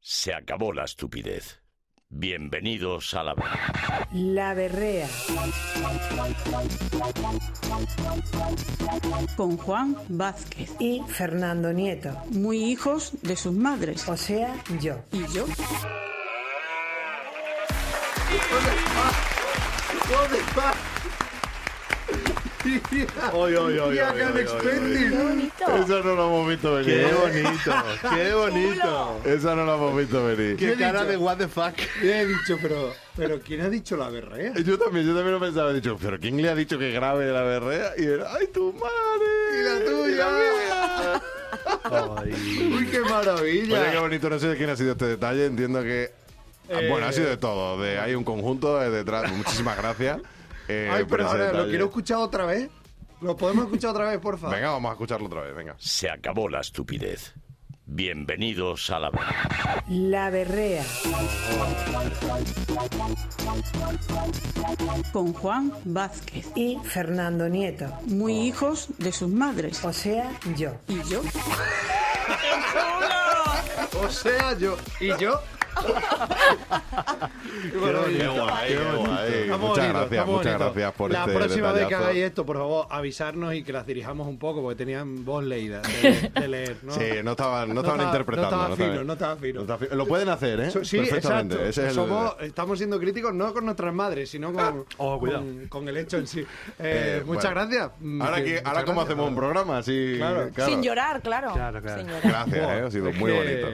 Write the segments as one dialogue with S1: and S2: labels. S1: Se acabó la estupidez. Bienvenidos a la...
S2: La berrea.
S3: Con Juan Vázquez,
S2: Y Fernando Nieto.
S3: muy hijos de sus madres.
S2: O sea, yo.
S3: Y yo,
S4: Oy, oy, oy, oy, oy, oy, oy. Eso no lo hemos visto venir. Qué bonito, qué bonito. Eso no lo hemos visto venir. Qué cara de what the fuck.
S5: ¿Qué he dicho? Pero, pero ¿quién ha dicho la berrea?
S4: Yo también, yo también lo pensaba. He dicho, pero ¿quién le ha dicho que grabe la berrea? Y era, ¡ay, tu madre!
S5: Y la tuya.
S4: mía!
S5: Uy, qué
S4: Oye, qué
S5: maravilla.
S4: bonito. No sé de quién ha sido este detalle. Entiendo que... ah,
S5: Eh,
S4: Bueno, ha sido de todo. De, hay un conjunto de detrás. Muchísimas gracias. eh,
S5: Ay,
S4: por
S5: pero
S4: ese
S5: ahora lo
S4: detalle.
S5: quiero escuchar otra vez. ¿Lo podemos escuchar otra vez, porfa?
S4: Venga, vamos a escucharlo otra vez, venga.
S1: Se acabó la estupidez. Bienvenidos a la...
S2: La berrea.
S3: con Juan Vázquez,
S2: Y Fernando Nieto.
S3: muy
S6: Oh.
S3: hijos de sus madres.
S2: O sea, yo.
S3: Y yo,
S5: O sea, yo. ¿Y yo? Qué
S4: Qué
S5: maravilla.
S4: guay, qué guay.
S5: Está
S4: Muchas
S5: bonito, está
S4: gracias, muchas
S5: bonito.
S4: gracias por
S5: La
S4: este
S5: próxima vez que
S4: detallazo.
S5: hagáis esto, por favor, avisarnos y que las dirijamos un poco, porque tenían voz leída de, de leer, ¿no?
S4: Sí, no estaban, no
S5: No
S4: estaban
S5: estaba-
S4: interpretando.
S5: no estaba fino, no estaba fino.
S4: estaba fi- Lo pueden hacer, ¿eh?
S5: So- Sí,
S4: Perfectamente.
S5: exacto.
S4: Ese es el- Ah,
S5: Somos- estamos siendo críticos no con nuestras madres, sino con, con, con el hecho en sí. Eh,
S4: oh, Eh,
S5: muchas
S4: bueno.
S5: gracias.
S4: Ahora, que, ahora ¿cómo hacemos un programa? Así,
S5: Claro.
S6: Sin llorar, claro. Sin llorar.
S4: Gracias, ¿eh? Ha sido muy bonito.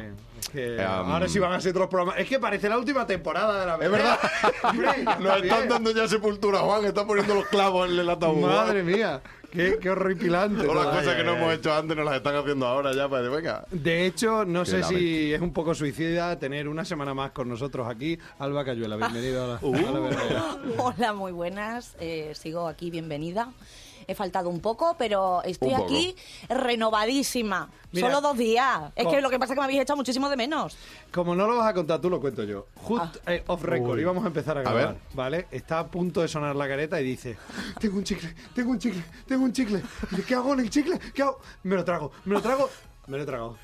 S4: Um,
S5: ahora sí van a ser otros programas. Es que parece la última temporada de la
S4: Es verdad.
S5: Hombre, ya
S4: Nos
S5: está bien.
S4: están dando ya sepultura, Juan. Están poniendo los clavos en el ataúd.
S5: Madre mía, qué, qué horripilante.
S4: Todas las
S5: Ay,
S4: cosas que
S5: ay,
S4: no
S5: ay.
S4: hemos hecho antes nos las están haciendo ahora ya para decir, venga.
S5: De hecho, no
S4: Qué
S5: sé si
S4: lamento.
S5: es un poco suicida tener una semana más con nosotros aquí. Alba Cayuela, bienvenido a la,
S4: Uh.
S5: a la verdad.
S6: Hola, muy buenas. Eh, sigo aquí, bienvenida. He faltado un poco, pero estoy
S4: Un poco.
S6: aquí renovadísima.
S5: Mira,
S6: Solo dos días. Es
S5: con-
S6: que lo que pasa es que me habéis echado muchísimo de menos.
S5: Como no lo vas a contar tú, lo cuento yo. Just
S6: Ah.
S5: eh, off record, íbamos a empezar a grabar,
S4: ver.
S5: ¿vale? Está a punto de sonar la careta y dice, tengo un chicle, tengo un chicle, tengo un chicle. Y dice, ¿Qué hago en el chicle? ¿Qué hago? Me lo trago, me lo trago, me lo he tragado.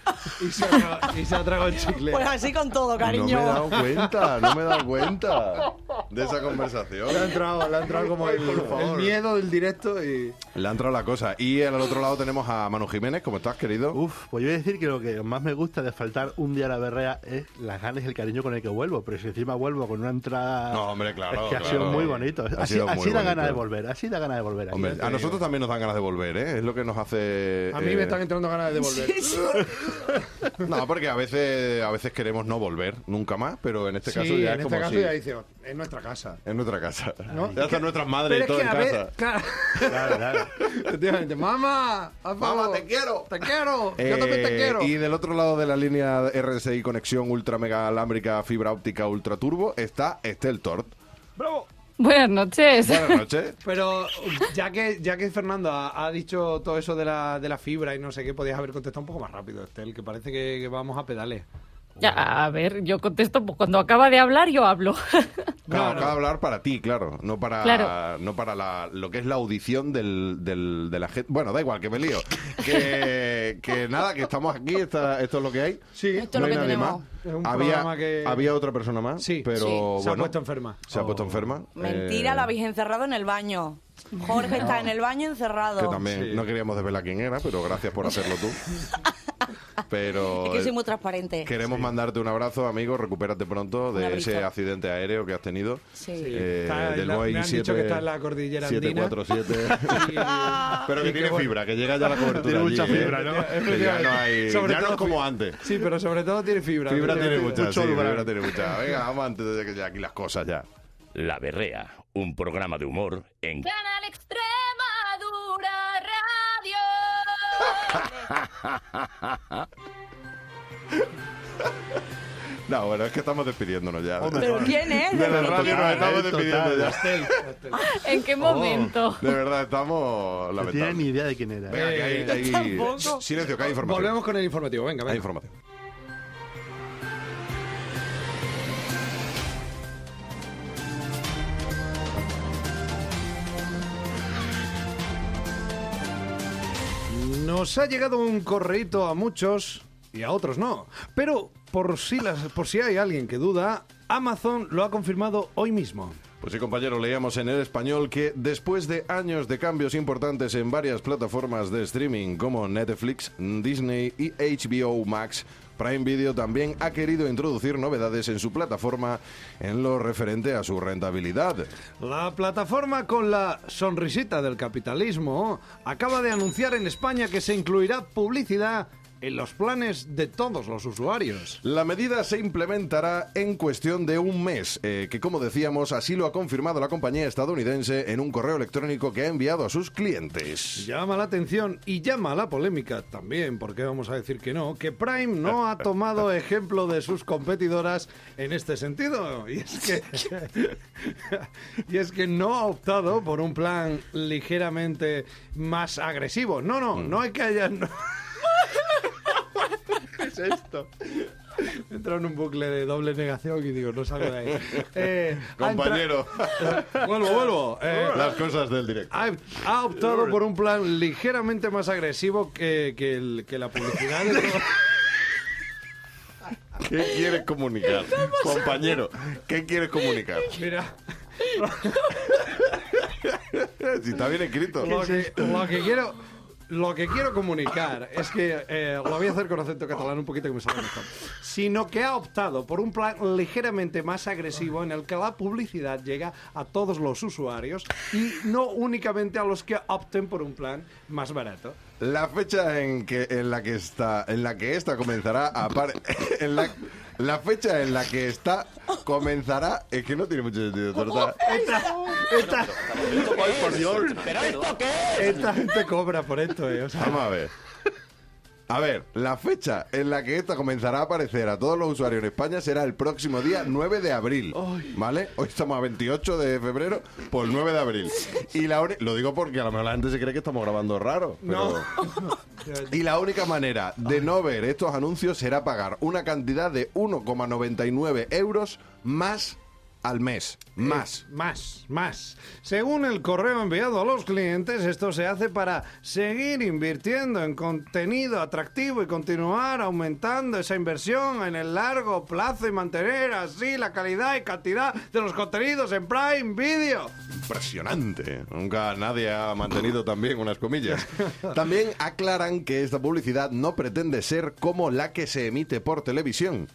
S5: Y se ha tragado, y se ha tragado el chicle.
S6: Pues así con todo,
S4: No me he
S6: cariño.
S4: dado cuenta, no me he dado cuenta de esa conversación.
S5: Le ha entrado, le ha entrado como el,
S4: Por favor.
S5: el miedo del directo y...
S4: Le ha entrado la cosa. Y al otro lado tenemos a Manu Jiménez, ¿cómo estás, querido?
S5: Uh,
S7: Uf, pues yo voy a decir que lo que más me gusta de faltar un día a la berrea es las ganas y el cariño con el que vuelvo. Pero si encima vuelvo con una entrada.
S4: No, hombre, claro,
S7: Es que
S4: claro.
S7: ha sido muy bonito.
S4: Ha
S7: así
S4: sido
S7: así
S4: muy
S7: da
S4: bonito.
S7: ganas de volver. Así da ganas de volver. así.
S4: Hombre, a nosotros también nos dan ganas de volver, ¿eh? Es lo que nos hace...
S5: A mí me
S4: eh,
S5: están entrando ganas de volver.
S4: No, porque a veces, a veces queremos no volver nunca más, pero en este
S5: Sí,
S4: caso ya
S5: en
S4: es
S5: este
S4: como
S5: caso
S4: si-
S5: ya dice, es nuestra casa.
S4: En nuestra casa.
S5: ¿no?
S4: Ya están nuestras madres y
S5: Pero
S4: todo
S5: es
S4: en
S5: que
S4: casa.
S5: a ver, claro.
S7: Claro, claro.
S5: Efectivamente, mamá, haz
S4: Mamá,
S5: favor.
S4: te quiero.
S5: Te quiero. Yo también te
S4: Eh,
S5: quiero.
S4: Y del otro lado de la línea RSI conexión ultra mega alámbrica fibra óptica ultra turbo está Estel Tort.
S8: Buenas noches.
S4: Buenas noches.
S5: Pero ya que, ya que Fernando ha, ha dicho todo eso de la, de la fibra y no sé qué, podías haber contestado un poco más rápido, Estel, que parece que, que vamos a pedales.
S8: Ya, a ver, yo contesto, pues, cuando acaba de hablar yo hablo.
S4: Claro,
S5: Claro.
S4: acaba de hablar para ti, claro. No para,
S8: Claro.
S4: No para la- lo que es la audición del, del- de la gente. Bueno, da igual, que me lío. Que, que nada, que estamos aquí, esta- esto es lo que hay.
S5: Sí,
S6: Esto es lo
S4: no hay
S6: que
S4: nadie
S6: tenemos.
S4: más.
S5: Es un
S4: Había,
S5: programa que-
S4: había otra persona más,
S5: Sí.
S4: pero
S5: Sí.
S4: bueno.
S5: Se ha puesto enferma. Oh.
S4: Se ha puesto enferma.
S6: Mentira,
S4: eh,
S6: la habéis encerrado en el baño. Jorge está en el baño encerrado.
S4: Que también no queríamos desvelar quién era, pero gracias por hacerlo tú. Pero
S6: Es que soy
S4: eh,
S6: muy transparente.
S4: queremos mandarte un abrazo, amigo. Recupérate pronto
S6: Un
S4: de
S6: abrazo.
S4: ese accidente aéreo que has tenido.
S6: Sí.
S5: Sí,
S4: Eh,
S5: está en
S4: del
S5: la- me
S4: Boeing
S5: han dicho
S4: 7,
S5: que está en la cordillera andina.
S4: 747.
S5: Y-
S4: Pero que
S5: y
S4: tiene
S5: bueno.
S4: fibra, que llega ya la cobertura.
S7: Tiene mucha
S4: allí, ¿eh?
S7: fibra, ¿no?
S4: Que ya no, hay-
S5: Sobre
S4: ya no
S5: todo
S4: es como
S5: fibra.
S4: antes.
S5: Sí, pero sobre todo tiene fibra.
S4: Fibra tiene mucha, sí,
S5: olor.
S4: fibra tiene mucha. Venga, vamos antes de que ya aquí las cosas ya.
S1: La berrea, un programa de humor en...
S8: Canal Extremadura Radio.
S4: No, bueno, es que estamos despidiéndonos ya.
S6: ¿Pero ¿eh? quién es?
S4: De la radio nos
S7: total,
S4: estamos
S7: total.
S4: despidiendo ya.
S8: ¿En
S4: Oh.
S8: qué momento?
S4: De verdad, estamos
S7: No tenía ni
S4: lamentables.
S7: idea de quién era. ¿eh?
S4: Venga, que hay, hay-
S6: Tampoco.
S4: Silencio, que hay información.
S5: Volvemos con el informativo, venga,
S4: Hay
S5: venga.
S4: información.
S5: Nos ha llegado un correito a muchos y a otros no. Pero por si, las, por si hay alguien que duda, Amazon lo ha confirmado hoy mismo.
S4: Pues sí, compañero, leíamos en el español que después de años de cambios importantes en varias plataformas de streaming como Netflix, Disney y HBO Max, Prime Video también ha querido introducir novedades en su plataforma en lo referente a su rentabilidad.
S5: La plataforma con la sonrisita del capitalismo acaba de anunciar en España que se incluirá publicidad en los planes de todos los usuarios.
S4: La medida se implementará en cuestión de un mes, eh, que como decíamos, así lo ha confirmado la compañía estadounidense en un correo electrónico que ha enviado a sus clientes.
S5: Llama la atención y llama la polémica también, porque vamos a decir que no, que Prime no ha tomado ejemplo de sus competidoras en este sentido. Y es que, y es que no ha optado por un plan ligeramente más agresivo. No, no, no hay que hallar... no-
S7: ¿Qué es esto?
S5: He entrado en un bucle de doble negación y digo, no salgo de ahí. Eh, ha entra-
S4: Compañero,
S5: Vuelvo, vuelvo. Eh,
S4: las cosas del directo.
S5: ha, ha optado por un plan ligeramente más agresivo que, que el- que la publicidad. de todo-
S4: ¿Qué quieres comunicar? Compañero, ¿qué quieres comunicar?
S5: Mira,
S4: Eh, Si está bien escrito.
S5: lo que, lo que quiero... Lo que quiero comunicar es que eh, lo voy a hacer con acento catalán un poquito que me sale mejor. Sino que ha optado por un plan ligeramente más agresivo en el que la publicidad llega a todos los usuarios y no únicamente a los que opten por un plan más barato.
S4: La fecha en que en la que está en la que esta comenzará a par- en la, la fecha en la que está comenzará es que no tiene mucho sentido, torta.
S5: Esta,
S7: ¡Ay, por Dios!
S5: esta gente cobra por esto, eh. O sea,
S4: Vamos a ver. A ver, la fecha en la que esta comenzará a aparecer a todos los usuarios en España será el próximo día 9 de abril. ¿Vale? Hoy estamos a 28 de febrero, por 9 de abril. Y la uni- lo digo porque a lo mejor la gente se cree que estamos grabando raro. Pero... Y la única manera de no ver estos anuncios será pagar una cantidad de 1,99 euros más al mes. Más.
S5: Más, más. Según el correo enviado a los clientes, esto se hace para seguir invirtiendo en contenido atractivo y continuar aumentando esa inversión en el largo plazo y mantener así la calidad y cantidad de los contenidos en Prime Video.
S4: Impresionante. Nunca nadie ha mantenido también unas comillas. También aclaran que esta publicidad no pretende ser como la que se emite por televisión,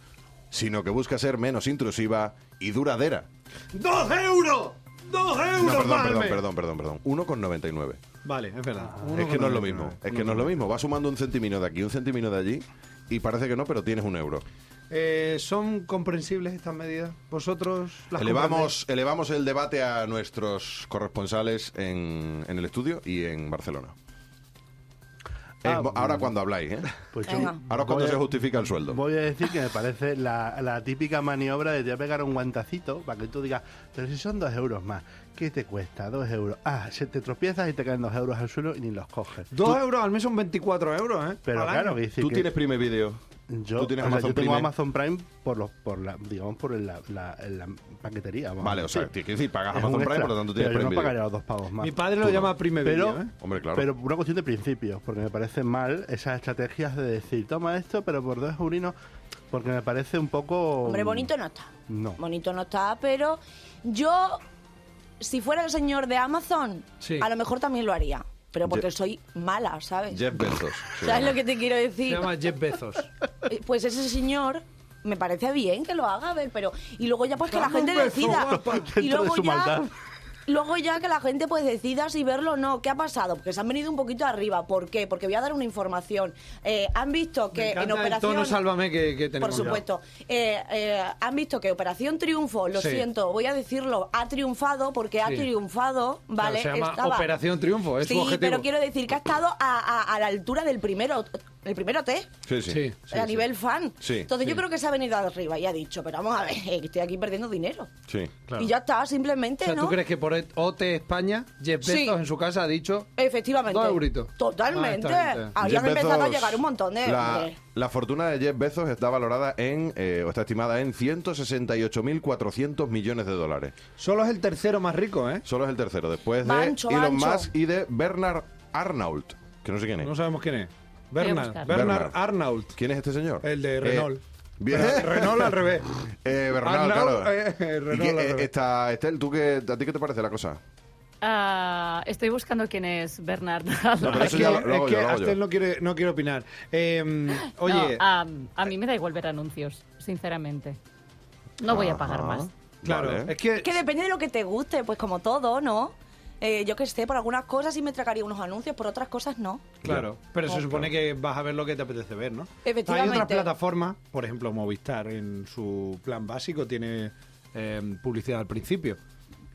S4: sino que busca ser menos intrusiva y duradera.
S5: ¡Dos euros! ¡Dos
S4: No,
S5: euros,
S4: perdón, perdón,
S5: Valme!
S4: perdón, perdón, perdón. 1,99.
S5: Vale, es verdad.
S4: Es que no es lo mismo. Es que no es lo mismo. Va sumando un centimino de aquí, un centimino de allí, y parece que no, pero tienes un euro.
S5: Eh, ¿Son comprensibles estas medidas? ¿Vosotros las
S4: Elevamos, elevamos el debate a nuestros corresponsales en, en el estudio y en Barcelona. Eh,
S7: Ah,
S4: bo- ahora cuando habláis, ¿eh?
S7: Pues yo-
S6: Venga.
S4: Ahora cuando
S7: voy a-
S4: se justifica el sueldo.
S7: Voy a decir que me parece la, la típica maniobra de te voy a pegar un guantacito para que tú digas, pero si son dos euros más, ¿qué te cuesta? Dos euros. Ah, se te tropiezas y te caen dos euros al suelo y ni los coges.
S5: Dos euros al mes son 24 euros, ¿eh?
S7: Pero
S5: Al
S7: claro,
S5: año.
S7: que decir
S4: Tú
S7: que
S4: tienes Prime Video.
S7: yo,
S4: tú tienes
S7: o sea,
S4: Amazon
S7: yo tengo
S4: Prime.
S7: Amazon Prime por los, por la, digamos, por la, la- la paquetería. vamos
S4: Vale,
S7: a
S4: o sea,
S7: decir.
S4: tienes que decir, pagas
S7: Es un
S4: Amazon Prime,
S7: extra,
S4: por lo tanto tienes
S7: pero yo
S4: Prime
S7: no
S4: Video.
S7: pagaría los dos pagos más.
S5: Mi padre lo
S4: Tú no.
S5: llama Prime
S7: pero,
S5: Video, ¿eh?
S4: Hombre, claro.
S7: pero una cuestión de principios, porque me parece mal esas estrategias de decir, toma esto, pero por dos eurinos, porque me parece un poco...
S6: Hombre, bonito no está.
S7: No.
S6: Bonito no está, pero yo, si fuera el señor de Amazon,
S5: Sí.
S6: a lo mejor también lo haría. Pero porque
S4: Ye-
S6: soy mala, ¿sabes?
S4: Jeff Bezos. se llama.
S6: ¿Sabes lo que te quiero
S5: Se
S6: decir?
S5: llama Jeff Bezos.
S6: Eh, Pues ese señor me parece bien que lo haga, a ver, pero. Y luego ya, pues que la
S5: Dame un
S6: gente
S5: beso,
S6: decida.
S5: guapa.
S6: Y
S7: Dentro de
S6: luego
S7: su maldad.
S6: ya. Luego ya que la gente pues decida si verlo o no. ¿Qué ha pasado? Porque se han venido un poquito arriba. ¿Por qué? Porque voy a dar una información. Eh, han visto que
S5: Me
S6: en
S5: encanta el
S6: operación.
S5: tono sálvame que, que
S6: Por
S5: tenemos.
S6: supuesto. Eh, eh, han visto que Operación Triunfo, lo
S5: Sí.
S6: siento, voy a decirlo, ha triunfado porque ha
S5: Sí.
S6: triunfado, ¿vale?
S5: se llama
S6: Estaba-
S5: Operación Triunfo, es su
S6: Sí,
S5: objetivo.
S6: pero quiero decir que ha estado a, a- a la altura del primero, el primero T,
S4: Sí,
S5: ya.
S4: sí.
S5: Sí, sí,
S6: a
S5: sí.
S6: nivel fan.
S4: Sí,
S6: Entonces yo
S5: sí.
S6: creo que se ha venido arriba y ha dicho, pero vamos a ver, eh, que estoy aquí perdiendo dinero.
S4: sí.
S5: Claro.
S6: Y ya está, simplemente,
S5: O sea,
S6: ¿no?
S5: ¿tú crees que por E OT España, Jeff Bezos
S6: Sí.
S5: en su casa ha dicho...
S6: Efectivamente.
S5: Dos euritos.
S6: Totalmente.
S5: Ah, está bien, está
S6: Habían
S4: Jeff
S6: empezado a
S4: Bezos,
S6: llegar un montón de...
S4: La,
S6: de-
S4: la fortuna de Jeff Bezos está valorada en, eh, o está estimada en 168.400 millones de dólares.
S5: Solo es el tercero más rico, ¿eh?
S4: Solo es el tercero, después de
S6: Bancho,
S4: Elon
S6: Bancho.
S4: Musk y de Bernard Arnault, que no sé quién es.
S5: No sabemos quién es.
S8: a
S5: Bernard,
S8: buscar.
S5: Bernard
S4: Bernard.
S5: Arnault.
S4: ¿Quién es este señor?
S5: El de Renault.
S4: Bien.
S5: Renault al revés.
S4: Eh, Bernal,
S5: Arnau,
S4: claro.
S5: eh, eh,
S4: ¿Y
S5: Renault
S4: qué,
S5: al
S4: eh,
S5: revés.
S4: esta- Estel, ¿tú qué, ¿a ti qué te parece la cosa?
S8: Ah, estoy buscando quién es Bernardo.
S4: No, pero
S5: es
S4: eso
S5: que,
S4: ya lo- lo hago
S5: es
S4: yo,
S5: que
S4: lo hago yo. ah.
S5: Astel no quiere, no quiere opinar. Eh, oye,
S8: No, a, ah, a mí me da igual ver anuncios, sinceramente. No voy a pagar
S4: Ajá.
S8: más.
S5: claro,
S4: Vale.
S5: es que...
S6: Que depende de lo que te guste, pues como todo, ¿no? Eh, yo que sé, por algunas cosas sí me tragaría unos anuncios, por otras cosas no.
S5: Claro, pero se supone que vas a ver lo que te apetece ver, ¿no? Hay
S6: Efectivamente.
S5: otras plataformas, por ejemplo, Movistar en su plan básico tiene eh, publicidad al principio.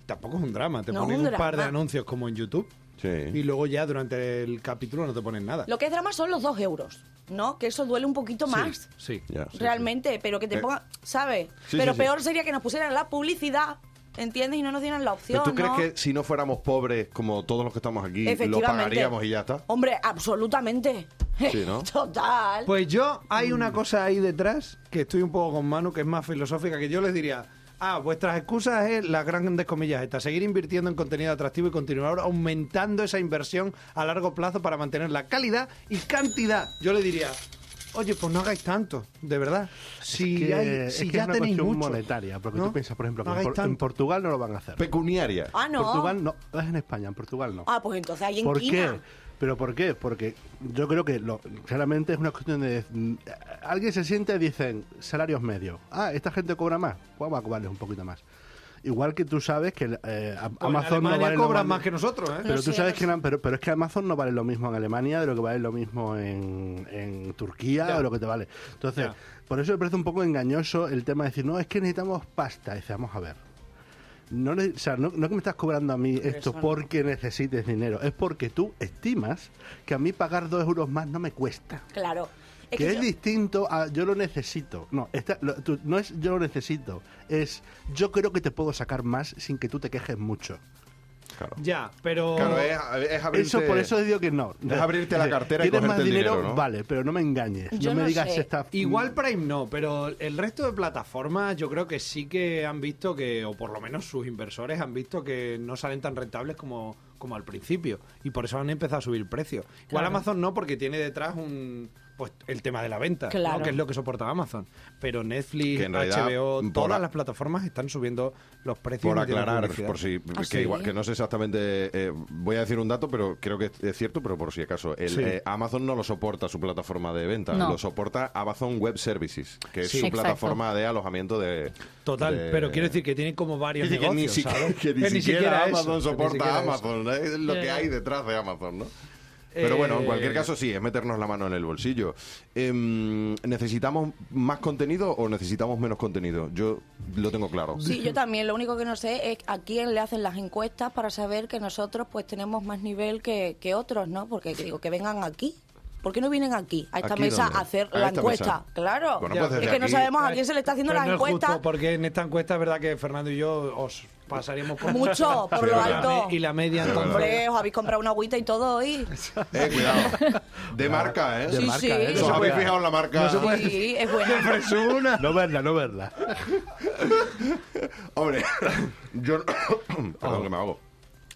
S5: Tampoco es un drama, te
S6: No es
S5: ponen
S6: un
S5: un, par de
S6: drama.
S5: anuncios como en YouTube
S4: Sí.
S5: y luego ya durante el capítulo no te ponen nada.
S6: Lo que es drama son los dos euros, ¿no? Que eso duele un poquito
S5: Sí,
S6: más.
S5: Sí.
S4: Ya, sí, sí.
S6: realmente, pero que te
S4: Eh.
S6: ponga, ¿sabes?
S4: Sí,
S6: pero
S4: sí, sí.
S6: peor sería que nos pusieran la publicidad, ¿entiendes? Y no nos dieran la opción.
S4: ¿Pero tú crees
S6: ¿no?
S4: que si no fuéramos pobres como todos los que estamos aquí, lo
S6: Efectivamente. Oh.
S4: pagaríamos y ya está?
S6: Hombre, absolutamente.
S4: Sí, ¿no?
S6: Total.
S5: Pues yo, hay una cosa ahí detrás que estoy un poco con Manu, que es más filosófica, que yo les diría, ah, vuestras excusas es las grandes comillas estas, seguir invirtiendo en contenido atractivo y continuar aumentando esa inversión a largo plazo para mantener la calidad y cantidad. Yo le diría, oye, pues no hagáis tanto, de verdad. Si,
S7: que-
S5: hay, si
S7: es que
S5: ya
S7: es una
S5: tenéis
S7: cuestión
S5: mucho.
S7: monetaria, porque
S5: ¿no?
S7: tú piensas, por ejemplo,
S5: No
S7: que en,
S5: hagáis
S7: Por- en
S5: tanto.
S7: Portugal no lo van a hacer.
S4: Pecuniaria.
S6: ah, no.
S7: Portugal no, es en España, en Portugal no.
S6: Ah, pues entonces ahí en
S7: ¿Por
S6: China.
S7: qué? ¿Pero por qué? Porque yo creo que lo, claramente es una cuestión de... mm, Alguien se siente y dicen salarios medios. Ah, esta gente cobra más. Pues vamos a cobrarles un poquito más. Igual que tú sabes que eh, a-
S5: Pues en
S7: Amazon no
S5: Alemania
S7: vale lo
S5: cobra
S7: vale-
S5: más que nosotros, ¿eh?
S7: Pero
S6: Lo
S7: tú
S6: sé,
S7: sabes
S6: lo
S7: que... na- Pero, pero es que Amazon no vale lo mismo en Alemania de lo que vale lo mismo en, en Turquía
S5: Ya.
S7: o lo que te vale. Entonces,
S5: Ya.
S7: por eso me parece un poco engañoso el tema de decir, no, es que necesitamos pasta. Y dice, vamos a ver. No, ne- o sea, no, no que me estás cobrando a mí esto porque necesites dinero, es porque tú estimas que a mí pagar dos euros más no me cuesta.
S6: Claro.
S7: que
S6: Es que
S7: es
S6: yo-
S7: distinto a yo lo necesito. No, esta- lo- tú- no es yo lo necesito, es yo creo que te puedo sacar más sin que tú te quejes mucho.
S4: Claro,
S5: Ya, pero...
S4: Claro, es, es abrirte...
S7: Eso, por eso digo que no.
S4: Es abrirte la cartera y
S7: ¿Quieres más
S4: cogerte el
S7: dinero?
S4: dinero, ¿no?
S7: Vale, pero no me engañes.
S6: Yo
S7: no me
S6: no
S7: digas
S6: sé.
S7: esta...
S5: Igual Prime no, pero el resto de plataformas yo creo que sí que han visto que, o por lo menos sus inversores han visto que no salen tan rentables como, como al principio. Y por eso han empezado a subir precios. Igual Amazon no, porque tiene detrás un pues el tema de la venta, ¿no?
S6: Claro.
S5: que es lo que soporta Amazon. Pero Netflix,
S4: Que en realidad,
S5: HBO,
S4: por
S5: todas
S4: a-
S5: las plataformas están subiendo los precios.
S4: Por
S5: y no tienen
S4: aclarar,
S5: publicidad.
S4: por si, que,
S6: sí?
S4: igual, que no sé exactamente, eh, voy a decir un dato, pero creo que es cierto, pero por si acaso, el,
S5: Sí.
S4: eh, Amazon no lo soporta su plataforma de venta,
S8: No.
S4: lo soporta Amazon Web Services, que es
S5: Sí.
S4: su
S8: Exacto.
S4: plataforma de alojamiento de...
S5: Total,
S4: de-
S5: pero quiero decir que tienen como varios
S4: Dice que ni
S5: negocios,
S4: siquiera,
S5: ¿sabes?
S4: que ni
S5: Que ni
S4: siquiera
S5: siquiera eso,
S4: Amazon
S5: que ni
S4: soporta
S5: siquiera eso.
S4: Amazon, ¿no? es lo que hay detrás de Amazon, ¿no? Pero
S5: Eh,
S4: bueno, en cualquier caso sí, es meternos la mano en el bolsillo. Em, ¿Necesitamos más contenido o necesitamos menos contenido? Yo lo tengo claro.
S6: Sí, yo también. Lo único que no sé es a quién le hacen las encuestas para saber que nosotros pues tenemos más nivel que, que otros, ¿no? Porque digo, que vengan aquí. ¿Por qué no vienen aquí, a esta
S4: ¿Aquí
S6: mesa,
S4: dónde?
S6: a hacer
S4: A
S6: la
S4: esta
S6: encuesta?
S4: mesa.
S6: Claro.
S4: Bueno,
S5: Ya,
S4: pues desde
S6: es que no
S4: aquí-
S6: sabemos a quién se le está haciendo
S5: Pero
S6: la
S5: Pues no es
S6: encuesta.
S5: justo, porque en esta encuesta es verdad que Fernando y yo os pasaríamos por
S6: Mucho, por
S4: lo
S5: Y la
S6: alto.
S5: me- Y la media
S4: Es
S5: entonces.
S4: verdad.
S6: Hombre, os habéis comprado una agüita y todo hoy.
S4: Eh, cuidado. De marca, ¿eh?
S7: de
S6: Sí,
S7: marca,
S6: sí.
S7: ¿eh?
S4: ¿Os
S7: No,
S6: se
S4: habéis
S7: verla.
S4: fijado en la marca?
S6: Sí, es buena.
S7: No verla, no verla.
S4: Hombre, yo... no- Perdón, que me ahogo.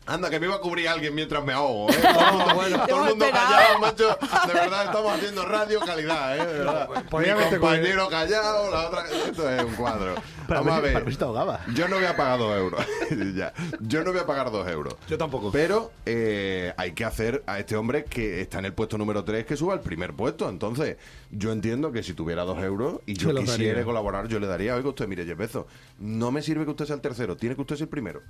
S4: Anda, que me iba a cubrir alguien mientras me ahogo, ¿eh? Todo el mundo, todo el
S6: Hemos
S4: mundo
S6: esperado.
S4: callado, macho. De verdad, estamos haciendo radio calidad, ¿eh? De verdad.
S5: Podría
S4: Mi
S5: haberte
S4: compañero callado, la otra... Esto es un cuadro.
S7: Para
S4: Vamos a
S7: ver si-
S4: ver.
S7: para ver si te ahogabas.
S4: Yo no voy a pagar dos euros. Ya. Yo no voy a pagar dos euros.
S5: Yo tampoco.
S4: Pero eh, hay que hacer a este hombre que está en el puesto número 3 que suba al primer puesto. Entonces, yo entiendo que si tuviera dos euros y yo
S5: Se los
S4: quisiera
S5: daría.
S4: colaborar, yo le daría, oiga usted, mire, Jeff Bezos, no me sirve que usted sea el tercero, tiene que usted ser el primero.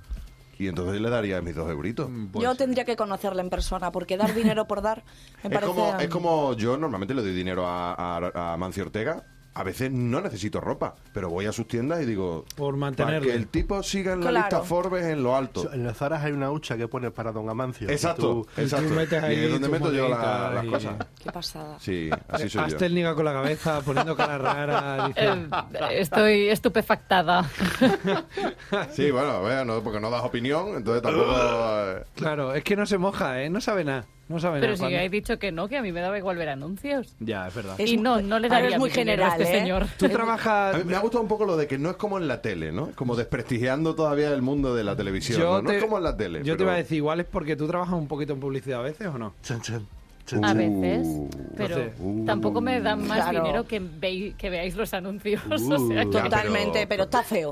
S4: Y entonces le daría mis dos euritos.
S5: Mm.
S6: Yo tendría que conocerla en persona, porque dar dinero por dar me
S4: Es
S6: parece.
S4: como, es como yo normalmente le doy dinero a, a, a Mancio Ortega. A veces no necesito ropa, pero voy a sus tiendas y digo...
S5: Por
S4: "Para
S5: mantenerle".
S4: que el tipo siga en la
S6: Claro.
S4: lista Forbes en lo alto.
S7: En los Zaras hay una hucha que pone para Don Amancio.
S4: Exacto,
S5: Y tú
S4: exacto.
S5: metes
S4: y
S5: ahí
S4: es donde
S5: tus
S4: meto yo la-
S5: moneditas
S4: las
S5: y-
S4: cosas.
S6: Qué pasada.
S4: Sí, así soy yo.
S5: Hasta el niga con la cabeza, poniendo cara rara.
S8: Eh,
S5: Dice,
S8: estoy estupefactada.
S4: Sí, bueno, bueno, porque no das opinión, entonces tampoco... eh,
S5: claro, es que no se moja, ¿eh? No sabe nada. No sabe
S8: Pero
S5: nada.
S8: si
S5: Juan.
S8: he dicho que no, que a mí me daba igual ver anuncios.
S5: Ya, es verdad.
S6: Es
S8: y
S6: mu-
S8: no, no le
S6: pero
S8: daría
S6: es muy
S8: mi dinero a
S6: general,
S8: este
S6: ¿eh?
S8: señor.
S5: Tú
S4: A mí
S5: trabajas...
S4: me ha gustado un poco lo de que no es como en la tele, ¿no? Es como desprestigiando todavía el mundo de la televisión. ¿no? No es como en la tele.
S5: yo te
S4: pero-
S5: iba a decir, igual es porque tú trabajas un poquito en publicidad a veces o no.
S7: Chan, chan.
S8: A veces, pero
S4: Uh.
S8: tampoco me dan más
S6: Claro.
S8: dinero que, vei- que veáis los anuncios. o
S4: Uh,
S8: sea,
S1: Ya,
S8: que-
S1: pero-
S6: Totalmente, pero, está feo.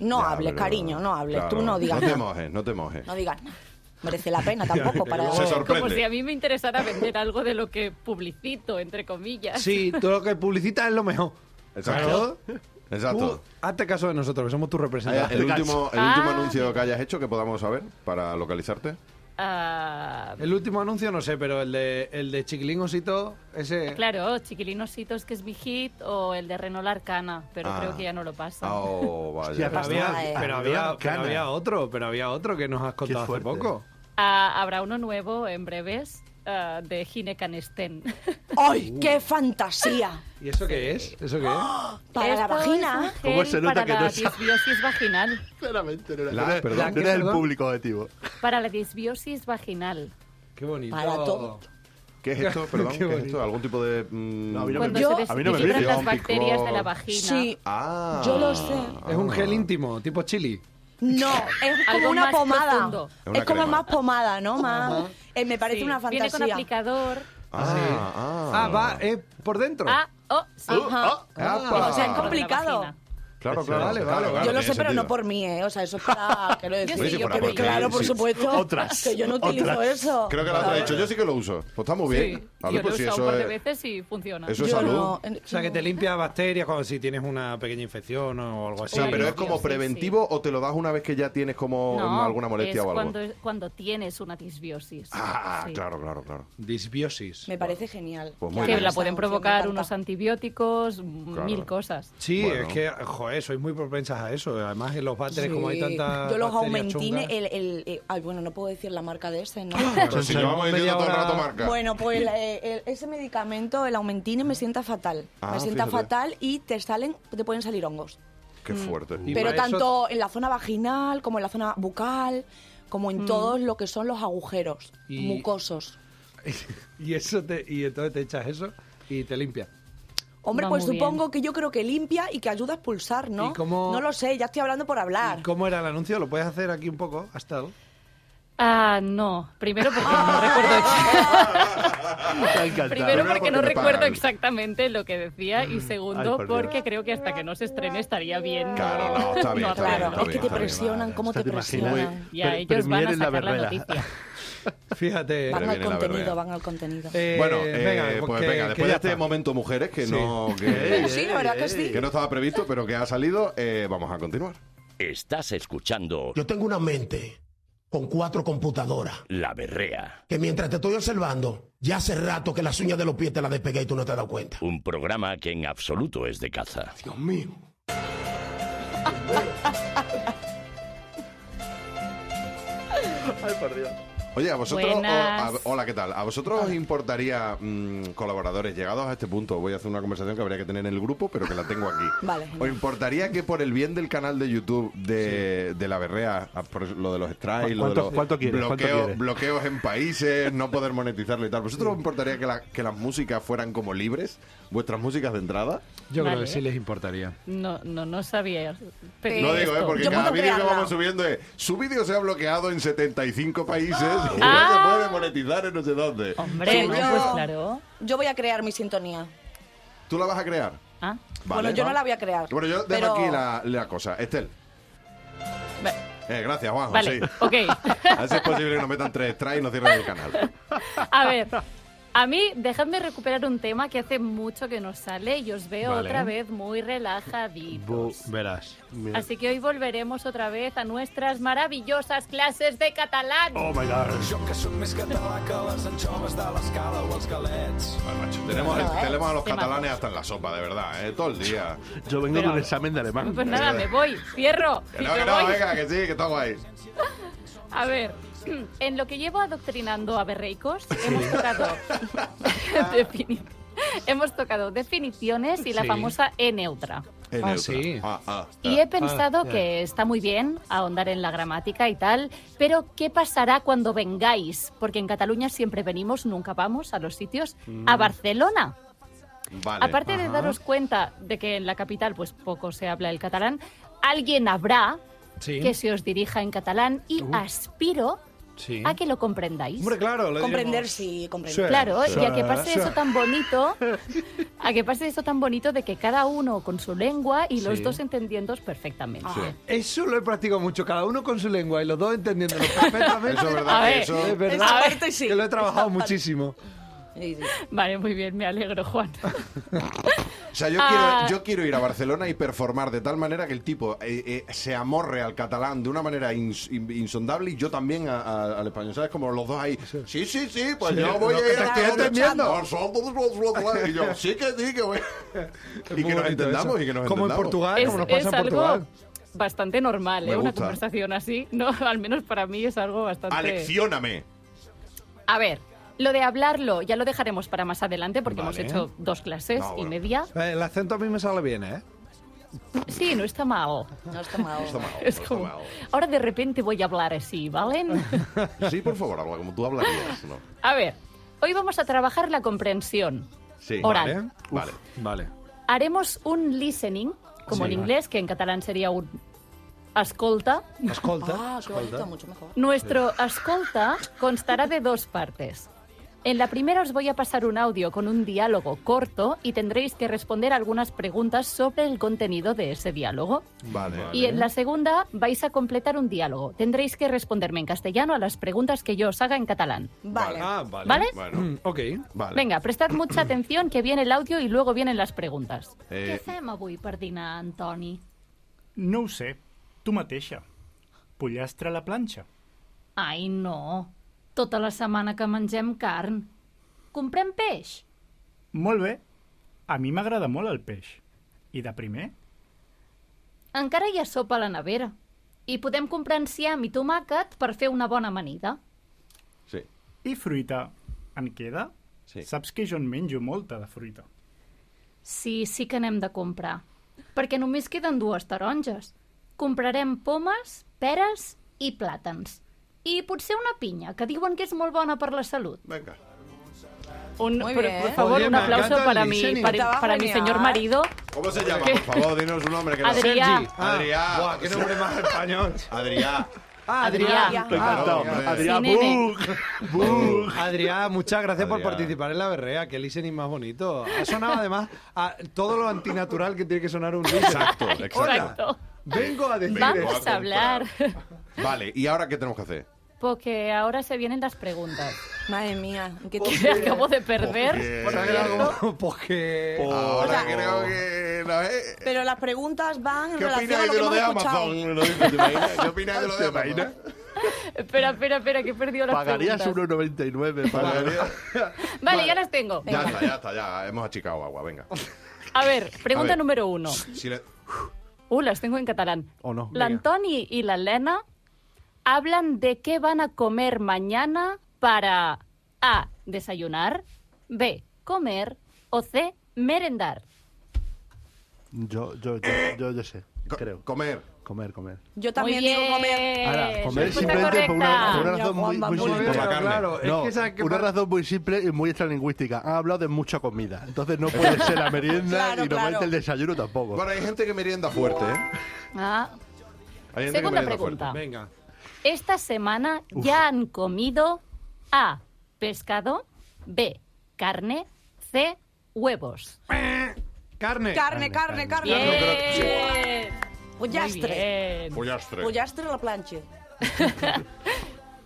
S6: No
S4: Ya,
S6: hables,
S4: pero-
S6: cariño, no hables.
S4: Claro,
S6: Tú no digas
S4: No te
S6: nada.
S4: mojes, no te mojes.
S6: No digas nada. Merece la pena tampoco para...
S4: Se
S8: como si
S4: sorprende.
S8: a mí me interesara vender algo de lo que publicito, entre comillas.
S5: Sí, todo lo que publicita es lo mejor.
S4: Exacto.
S5: Claro.
S4: Exacto.
S5: Tú, hazte caso de nosotros, que somos tu
S4: Ay,
S5: representante.
S4: El último, el último
S8: Ah.
S4: anuncio que hayas hecho que podamos saber para localizarte.
S8: Ah,
S5: El último anuncio no sé, pero el de, el de Chiquilín Osito, ese...
S8: claro, Chiquilinositos, que es mi hit, o el de Renault Arcana, pero
S4: Ah.
S8: creo que ya no lo pasa.
S4: Ah, Oh, vaya.
S7: Hostia,
S5: Pero
S6: pasa
S5: había,
S6: nada, eh.
S5: pero,
S7: Arcana.
S5: había, pero había otro, pero había otro que nos has contado hace
S7: fuerte.
S5: poco.
S8: Ah, habrá uno nuevo en breves ah, de Gine Canestén.
S6: ¡Ay,
S4: Uh.
S6: qué fantasía!
S5: ¿Y eso qué es? ¿Eso qué es?
S6: Para la
S8: Esto es
S6: vagina.
S8: un
S7: ¿Cómo
S8: gel
S7: se nota
S8: para
S7: que
S8: la
S7: no sabe?
S8: disbiosis vaginal.
S7: Claramente, no era,
S4: La-
S7: no era-
S4: perdón.
S7: no era el
S5: ¿Perdón?
S7: público objetivo.
S8: Para la disbiosis vaginal.
S5: Qué bonito.
S6: Para todo.
S4: ¿Qué es esto? Perdón,
S5: Qué
S4: ¿qué, es
S5: bonito.
S4: esto? ¿Algún tipo de...? mm,
S7: No, a mí no me-
S8: Cuando
S6: Pues Yo-
S8: se
S4: a mí no me
S8: desintegran
S4: brilla,
S8: las
S4: un
S8: bacterias de la
S4: picor.
S8: vagina.
S6: Sí,
S4: Ah.
S6: yo lo sé.
S5: Es un gel íntimo, tipo chili.
S6: No, es como
S8: Algo
S6: una
S8: más
S6: pomada.
S8: profundo.
S4: Es una
S6: es como
S4: crema.
S6: más pomada, ¿no? Más, Eh, me parece
S8: Sí.
S6: una fantasía.
S8: Viene con aplicador.
S4: Ah,
S5: Ah, va, eh, por dentro.
S8: Ah, oh,
S4: Uh,
S8: sí.
S6: Ajá.
S4: ah. Apa.
S6: O sea, es
S8: Para la
S6: complicado.
S8: vagina.
S4: Claro,
S5: Vale,
S4: claro.
S5: vale,
S4: claro,
S5: vale.
S4: claro,
S6: yo lo
S4: tiene
S6: sé, pero
S4: sentido.
S6: no por mí, ¿eh? O sea, eso es para... Quiero decir,
S8: sí, yo
S6: yo
S4: creo
S6: quedé
S4: que
S6: claro, por
S4: sí.
S6: supuesto,
S7: Otras.
S6: que yo no utilizo
S7: Otras.
S6: eso.
S4: Creo que la otra ha dicho, yo sí que lo uso. Pues está muy bien.
S8: Sí.
S4: A
S8: Yo
S4: ver,
S8: lo
S4: pues
S8: he
S4: si
S8: usado un
S4: eso
S8: par de
S4: es...
S8: veces y funciona.
S4: Eso es
S6: Yo
S4: salud.
S6: no-
S5: O sea, que te limpia bacterias cuando si tienes una pequeña infección o algo
S4: O
S5: así.
S4: sea,
S8: Sí,
S4: pero es
S8: tío,
S4: como
S8: sí,
S4: preventivo o te lo das una vez que ya tienes como
S8: No,
S4: alguna molestia
S8: es
S4: o algo.
S8: Cuando, cuando tienes una disbiosis.
S4: Ah,
S8: Sí.
S4: claro, claro, claro.
S5: Disbiosis.
S6: Me parece genial.
S4: Pues muy bien.
S6: Que
S8: Que
S6: ahora
S8: la
S6: nos
S8: pueden
S6: estamos viendo
S8: provocar
S6: tanta-
S8: unos antibióticos, m-
S4: Claro.
S8: mil cosas.
S5: Sí,
S4: Bueno.
S5: es que, joder, sois muy propensas a eso. Además, en los váteres,
S6: Sí.
S5: como hay tantas.
S6: Yo los
S5: bacterias chungas-
S6: aumentines, el, el- eh, ay, bueno, no puedo decir la marca de ese, ¿no?
S4: Pero si
S5: Entonces,
S4: llevamos
S5: media
S4: diciendo todo el
S5: hora-
S4: rato marca.
S6: Bueno, pues la- eh, el- ese medicamento, el aumentine, me sienta fatal.
S4: Ah,
S6: me sienta
S4: fíjate.
S6: fatal y te salen, te pueden salir hongos.
S4: Qué fuerte.
S8: Mm.
S5: Y
S6: Pero
S5: para eso-
S6: tanto en la zona vaginal, como en la zona bucal, como
S8: Mm.
S6: en todos lo que son los agujeros
S5: Y-
S6: mucosos.
S5: y eso te, y entonces te echas eso y te limpia.
S6: Hombre,
S8: Va
S6: pues
S8: muy bien.
S6: supongo que yo creo que limpia y que ayuda a expulsar, ¿no?
S5: ¿Y cómo-
S6: No lo sé, ya estoy hablando por hablar.
S5: ¿Y cómo era el anuncio? ¿Lo puedes hacer aquí un poco? Hasta el-
S8: Ah, no. Primero porque
S4: Ah.
S8: no recuerdo.
S7: Está encantado.
S8: Primero porque no
S4: porque me
S8: recuerdo
S4: pagan.
S8: exactamente lo que decía y segundo
S7: por Dios.
S8: porque creo que hasta que no se estrene estaría bien.
S4: Claro, no, está bien, está bien, está
S6: Claro, es que
S4: bien,
S6: te
S4: está bien.
S6: presionan, ¿cómo
S7: Hostia,
S6: te
S7: te imaginas.
S6: presionan?
S8: Y a
S7: Pre-
S8: ellos van a
S7: premier en la
S8: sacar la,
S7: verbena.
S8: noticia.
S5: Fíjate.
S4: Pero viene
S6: Van al
S4: la verbena.
S6: contenido, van al contenido.
S5: Eh,
S4: bueno, eh,
S5: venga,
S4: pues
S5: que-
S4: venga,
S5: que
S4: después de
S5: ya
S4: este
S5: está.
S4: momento mujeres que
S5: Sí.
S4: no que,
S6: Sí, la verdad que sí.
S4: eh, que no estaba previsto, pero que ha salido, eh, vamos a continuar.
S1: Estás escuchando
S9: Yo tengo una mente con cuatro computadoras
S1: La Berrea,
S9: que mientras te estoy observando, ya hace rato que las uñas de los pies te las despegué y tú no te has dado cuenta.
S1: un programa que en absoluto es de caza.
S9: Dios mío.
S4: Oye, a vosotros, o-
S8: Buenas.
S4: a- hola, ¿qué tal? ¿A vosotros os importaría, mm, colaboradores, llegados a este punto, voy a hacer una conversación que habría que tener en el grupo, pero que la tengo aquí.
S6: Vale,
S4: ¿Os
S6: genial.
S4: importaría que por el bien del canal de YouTube de, de la berrea, a- por lo de los strikes, lo de
S7: ¿Cuánto-
S4: los
S7: cuánto quieres? ¿Cuánto
S4: bloqueos,
S7: quieres?
S4: bloqueos en países, no poder monetizarlo y tal, ¿vosotros os importaría que, la- que las músicas fueran como libres? ¿Vuestras músicas de entrada?
S5: Yo creo
S8: Vale.
S5: que sí les importaría.
S8: No, no, no sabía. pedir
S4: No digo, ¿eh?
S8: esto.
S4: porque
S6: Yo
S4: cada
S6: puedo
S4: vídeo que
S6: crearla.
S4: vamos subiendo es. Su vídeo se ha bloqueado en 75 países y
S8: Ah.
S4: no se puede monetizar en no sé dónde.
S8: Hombre,
S6: Sí,
S8: no,
S6: yo-
S8: pues claro.
S6: Yo voy a crear mi sintonía.
S4: ¿Tú la vas a crear?
S8: Ah,
S6: bueno, yo no la voy a crear.
S4: Bueno, yo dejo
S6: pero-
S4: aquí la, la cosa. Estel.
S8: Ve-
S4: Eh, gracias, Juanjo.
S8: vale,
S4: sí.
S8: ok.
S4: Así es posible que nos metan tres strikes y nos cierren el canal.
S8: A ver, a mí dejadme recuperar un tema que hace mucho que no sale y os veo
S5: Vale.
S8: otra vez muy
S5: Bu-
S8: relajaditos.
S5: verás.
S8: Así que hoy volveremos otra vez a nuestras maravillosas clases de catalán.
S4: Oh, Tenemos,
S6: Bueno, ¿eh?
S4: tenemos a los
S8: Tema.
S4: catalanes hasta en la sopa, de verdad, ¿eh? todo el día.
S7: Yo vengo de un examen de alemán.
S8: Pues nada, me voy, cierro.
S4: Que
S8: y
S4: no,
S8: me
S4: que no,
S8: voy.
S4: venga, que sí, que todo ahí.
S8: A ver, en lo que llevo adoctrinando a berreicos, hemos tocado, defini- hemos tocado definiciones y la
S5: Sí.
S8: famosa E neutra.
S4: En
S5: Ah,
S4: Eutra.
S5: sí.
S4: Ah, ah,
S8: Y
S4: ah.
S8: he pensado que está muy bien ahondar en la gramática y tal, pero ¿qué pasará cuando vengáis? Porque en Cataluña siempre venimos, nunca vamos a los sitios, a
S5: Mm.
S8: Barcelona.
S4: Vale.
S8: Aparte de daros cuenta de que en la capital pues poco se habla el catalán, alguien habrá
S5: Sí. Uh.
S8: que se os dirija en catalán y aspiro
S5: Sí.
S8: a que lo comprendáis.
S5: Hombre, claro, le
S6: Comprender,
S5: diremos-
S6: sí, comprender.
S5: Sí.
S8: Claro, y a que
S5: Sí.
S8: pase
S5: Sí.
S8: eso tan bonito, a que pase eso tan bonito de que cada uno con su lengua y los
S5: Sí.
S8: dos entendiendo perfectamente.
S5: Eso lo he practicado mucho, cada uno con su lengua y los dos entendiéndolo perfectamente.
S4: Eso es
S8: A
S4: verdad, que
S8: ver.
S4: eso...
S5: Es verdad.
S8: Esa
S6: parte sí.
S5: Que lo he trabajado muchísimo.
S6: Sí, sí.
S8: Vale, muy bien, me alegro, Juan.
S4: O sea, yo,
S8: Ah.
S4: quiero, yo quiero ir a Barcelona y performar de tal manera que el tipo eh, eh, se amorre al catalán de una manera ins- in- insondable y yo también a- a- al español. ¿Sabes? Como los dos ahí. Sí, sí, sí, pues
S5: Sí,
S4: yo voy
S5: lo
S4: a
S5: que
S4: ir
S5: te
S4: a
S5: estoy
S4: Barcelona. Ah,
S5: entendiendo.
S4: Nosotros, nosotros, Y yo, sí que sí, que voy.
S5: Es
S4: Y
S5: muy
S4: que nos
S5: bonito
S4: entendamos
S5: eso.
S4: y que nos
S5: Como en
S4: entendamos.
S5: Portugal,
S8: es
S5: como Ah, nos pasa
S8: es
S5: en Portugal.
S8: algo bastante normal,
S4: Me
S8: ¿eh? una
S4: gusta.
S8: conversación así. No, al menos para mí es algo bastante...
S4: Aleccióname.
S8: A ver, lo de hablarlo ya lo dejaremos para más adelante porque
S5: Vale.
S8: hemos hecho dos clases
S4: No,
S8: y
S4: bueno.
S8: media.
S5: Eh, El acento a mí me sale bien, ¿eh?
S8: Sí, no está mal.
S6: No has tomado.
S4: Toma,
S8: Es
S4: toma,
S8: como, ahora de repente voy a hablar así, ¿vale?
S4: Sí, por favor, habla como tú hablarías. ¿no?
S8: A ver, hoy vamos a trabajar la comprensión
S4: Sí.
S8: oral.
S5: Vale.
S4: Vale.
S5: Vale.
S8: Haremos un listening, como
S5: Sí.
S8: en inglés, que en catalán sería un ascolta.
S5: Escolta.
S6: Ah, qué bonito,
S5: escolta.
S6: mucho mejor.
S8: Nuestro ascolta constará de dos partes. En la primera os voy a pasar un audio con un diálogo corto y tendréis que responder algunas preguntas sobre el contenido de ese diálogo.
S4: Vale.
S8: Y en la segunda vais a completar un diálogo. Tendréis que responderme en castellano a las preguntas que yo os haga en catalán.
S6: Vale.
S5: Ah, vale.
S8: ¿Vale?
S4: Bueno,
S5: Mm, ok.
S4: vale.
S8: Venga, prestad mucha atención que viene el audio y luego vienen las preguntas.
S4: Eh,
S8: Què fem avui per dinar, Antoni?
S10: No ho sé. Tu mateixa. Pollastre a la planxa.
S8: Ai, no. Tota la setmana que mengem carn. Comprem peix?
S10: Molt bé. A mi m'agrada molt el peix. I de primer?
S8: Encara hi ha sopa a la nevera. I podem comprar enciam i tomàquet per fer una bona amanida.
S4: Sí.
S10: I fruita. En queda?
S4: Sí.
S10: Saps que jo en menjo molta de fruita.
S8: Sí, sí que n'hem de comprar. Perquè només queden dues taronges. Comprarem pomes, peres i plàtans. I potser una pinya, que diuen que és molt bona per la salut.
S4: Venga.
S8: Un,
S6: Muy
S8: pero,
S6: bien.
S8: por favor,
S5: Oye,
S8: un
S5: me
S8: aplauso
S5: encanta el
S8: para mi,
S5: diseño.
S8: para,
S6: Estaba
S8: para mi
S6: genial.
S8: señor marido.
S4: ¿Cómo se llama?
S8: ¿Qué?
S4: Por favor, dinos un nombre. Que no-
S8: Adrià.
S5: Sergi. Ah,
S4: Adrián.
S5: Buah, qué nombre más español. Ah,
S4: Adrián.
S8: Adrià.
S7: Estoy encantado.
S4: hombre.
S7: Adrián,
S8: Sí, nene.
S7: ¡bug! ¡bug!
S5: Adrián, muchas gracias por
S4: Adrián.
S5: participar en la berrea. Qué listening más bonito. Ha sonado además a todo lo antinatural que tiene que sonar un listening.
S4: Exacto, exacto.
S8: Exacto.
S5: Vengo a decir
S8: Vamos
S5: esto.
S8: a hablar.
S4: Vale, ¿y ahora qué tenemos que hacer?
S8: Porque ahora se vienen las preguntas.
S6: Madre mía, qué
S4: Pues
S8: Que acabo de
S6: ¿Eh?
S8: perder.
S6: Pues
S5: Bueno, hay algo- porque...
S4: Ahora creo que. no, eh.
S6: Pero las preguntas van en
S4: ¿Qué
S6: relación a
S4: opináis
S6: lo
S4: de
S6: que
S4: lo
S6: hemos
S4: de
S6: escuchado.
S4: Amazon? Lo dice, ¿te imaginas? ¿Qué opináis de lo de
S7: ¿Te
S4: Amazon?
S7: imaginas?
S8: Espera, espera, espera, que he perdido las
S7: Pagarías
S8: preguntas.
S7: 1,99 para...
S8: Vale, ya las tengo.
S4: Ya está, ya está, ya. Hemos achicado agua, venga.
S8: A ver, pregunta
S4: A ver.
S8: número uno.
S4: Si le-
S8: Uh, las tengo en catalán.
S7: O no.
S8: La Antoni y la Elena hablan de qué van a comer mañana para A. Desayunar, B. Comer o C. Merendar.
S7: Yo, yo, yo, yo, yo sé,
S4: co-
S7: creo.
S4: Comer.
S7: Comer, comer.
S6: Yo también digo comer.
S7: Ahora, comer
S8: Respuesta
S7: simplemente por una, por
S6: Mira,
S7: una razón muy,
S6: Juanma,
S7: muy
S6: muy
S7: simple.
S4: bien. Por la carne.
S5: claro, es
S7: No,
S5: que esa que
S7: una
S5: pa-
S7: razón muy simple y muy extralingüística. Han hablado de mucha comida. Entonces no puede ser la merienda
S6: Claro,
S7: y normalmente
S6: claro.
S7: el desayuno tampoco.
S4: Bueno, hay gente que merienda fuerte, ¿eh?
S8: Ah,
S4: Hay gente
S8: Segunda
S4: que merienda
S8: pregunta.
S5: Ah, Venga.
S8: Esta semana ya han comido A. Pescado, B. Carne, C. Huevos.
S5: Carne.
S6: Carne, carne, carne.
S8: Bien. Muy
S6: Pollastre.
S8: bien.
S4: fuerte. Pollastre.
S6: Pollastre a la plancha.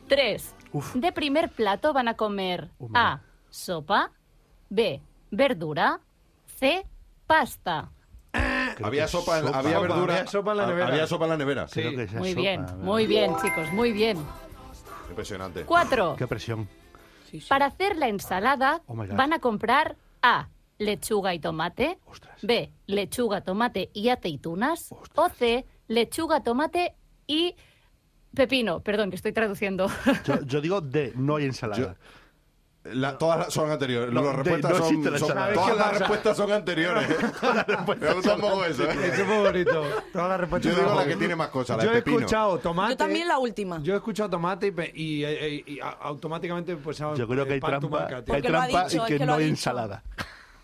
S8: Tres. De primer plato van a comer
S7: Oh,
S8: A. Sopa, B. Verdura, C. Pasta.
S4: Había sopa, en-
S7: sopa.
S4: había
S5: Sopa,
S4: verdura.
S5: había sopa en la nevera.
S4: Había sopa en la nevera.
S5: Sí.
S7: Creo que ah, esa
S8: Muy
S7: sopa,
S8: bien,
S7: ¿verdad?
S8: muy bien, chicos, muy bien.
S4: Impresionante.
S8: Cuatro.
S7: Qué presión.
S8: Para hacer la ensalada
S7: Oh my God.
S8: van a comprar A. Lechuga y tomate. B. Lechuga, tomate y aceitunas. O C. Lechuga, tomate y pepino. Perdón, que estoy traduciendo.
S7: Yo, yo digo de, no hay ensalada.
S4: La- todas las son anteriores.
S7: No,
S4: las
S7: de-
S4: respuestas
S7: no
S4: son,
S7: existe la
S4: son-
S7: ensalada.
S4: Todas
S5: ¿Qué
S4: las
S5: pasa?
S4: respuestas son anteriores. Me gusta un poco eso,
S5: Eso
S4: ¿eh?
S5: es muy bonito. Toda la respuesta
S4: Yo
S5: es
S4: digo
S5: muy
S4: la que
S5: bonita.
S4: tiene más cosas, la
S5: Yo
S4: de
S5: he
S4: pepino.
S5: escuchado tomate.
S6: Yo también la última.
S5: Ah, Yo he escuchado tomate y, pe- y, eh, y- y a- automáticamente pues
S7: Yo creo que hay
S5: pan
S7: trampa,
S5: tumaca,
S7: que
S5: tío.
S7: hay
S6: Porque lo ha
S7: trampa
S6: dicho,
S7: y
S6: es
S7: que
S6: que lo
S7: no
S6: ha
S7: hay
S6: dicho.
S7: ensalada.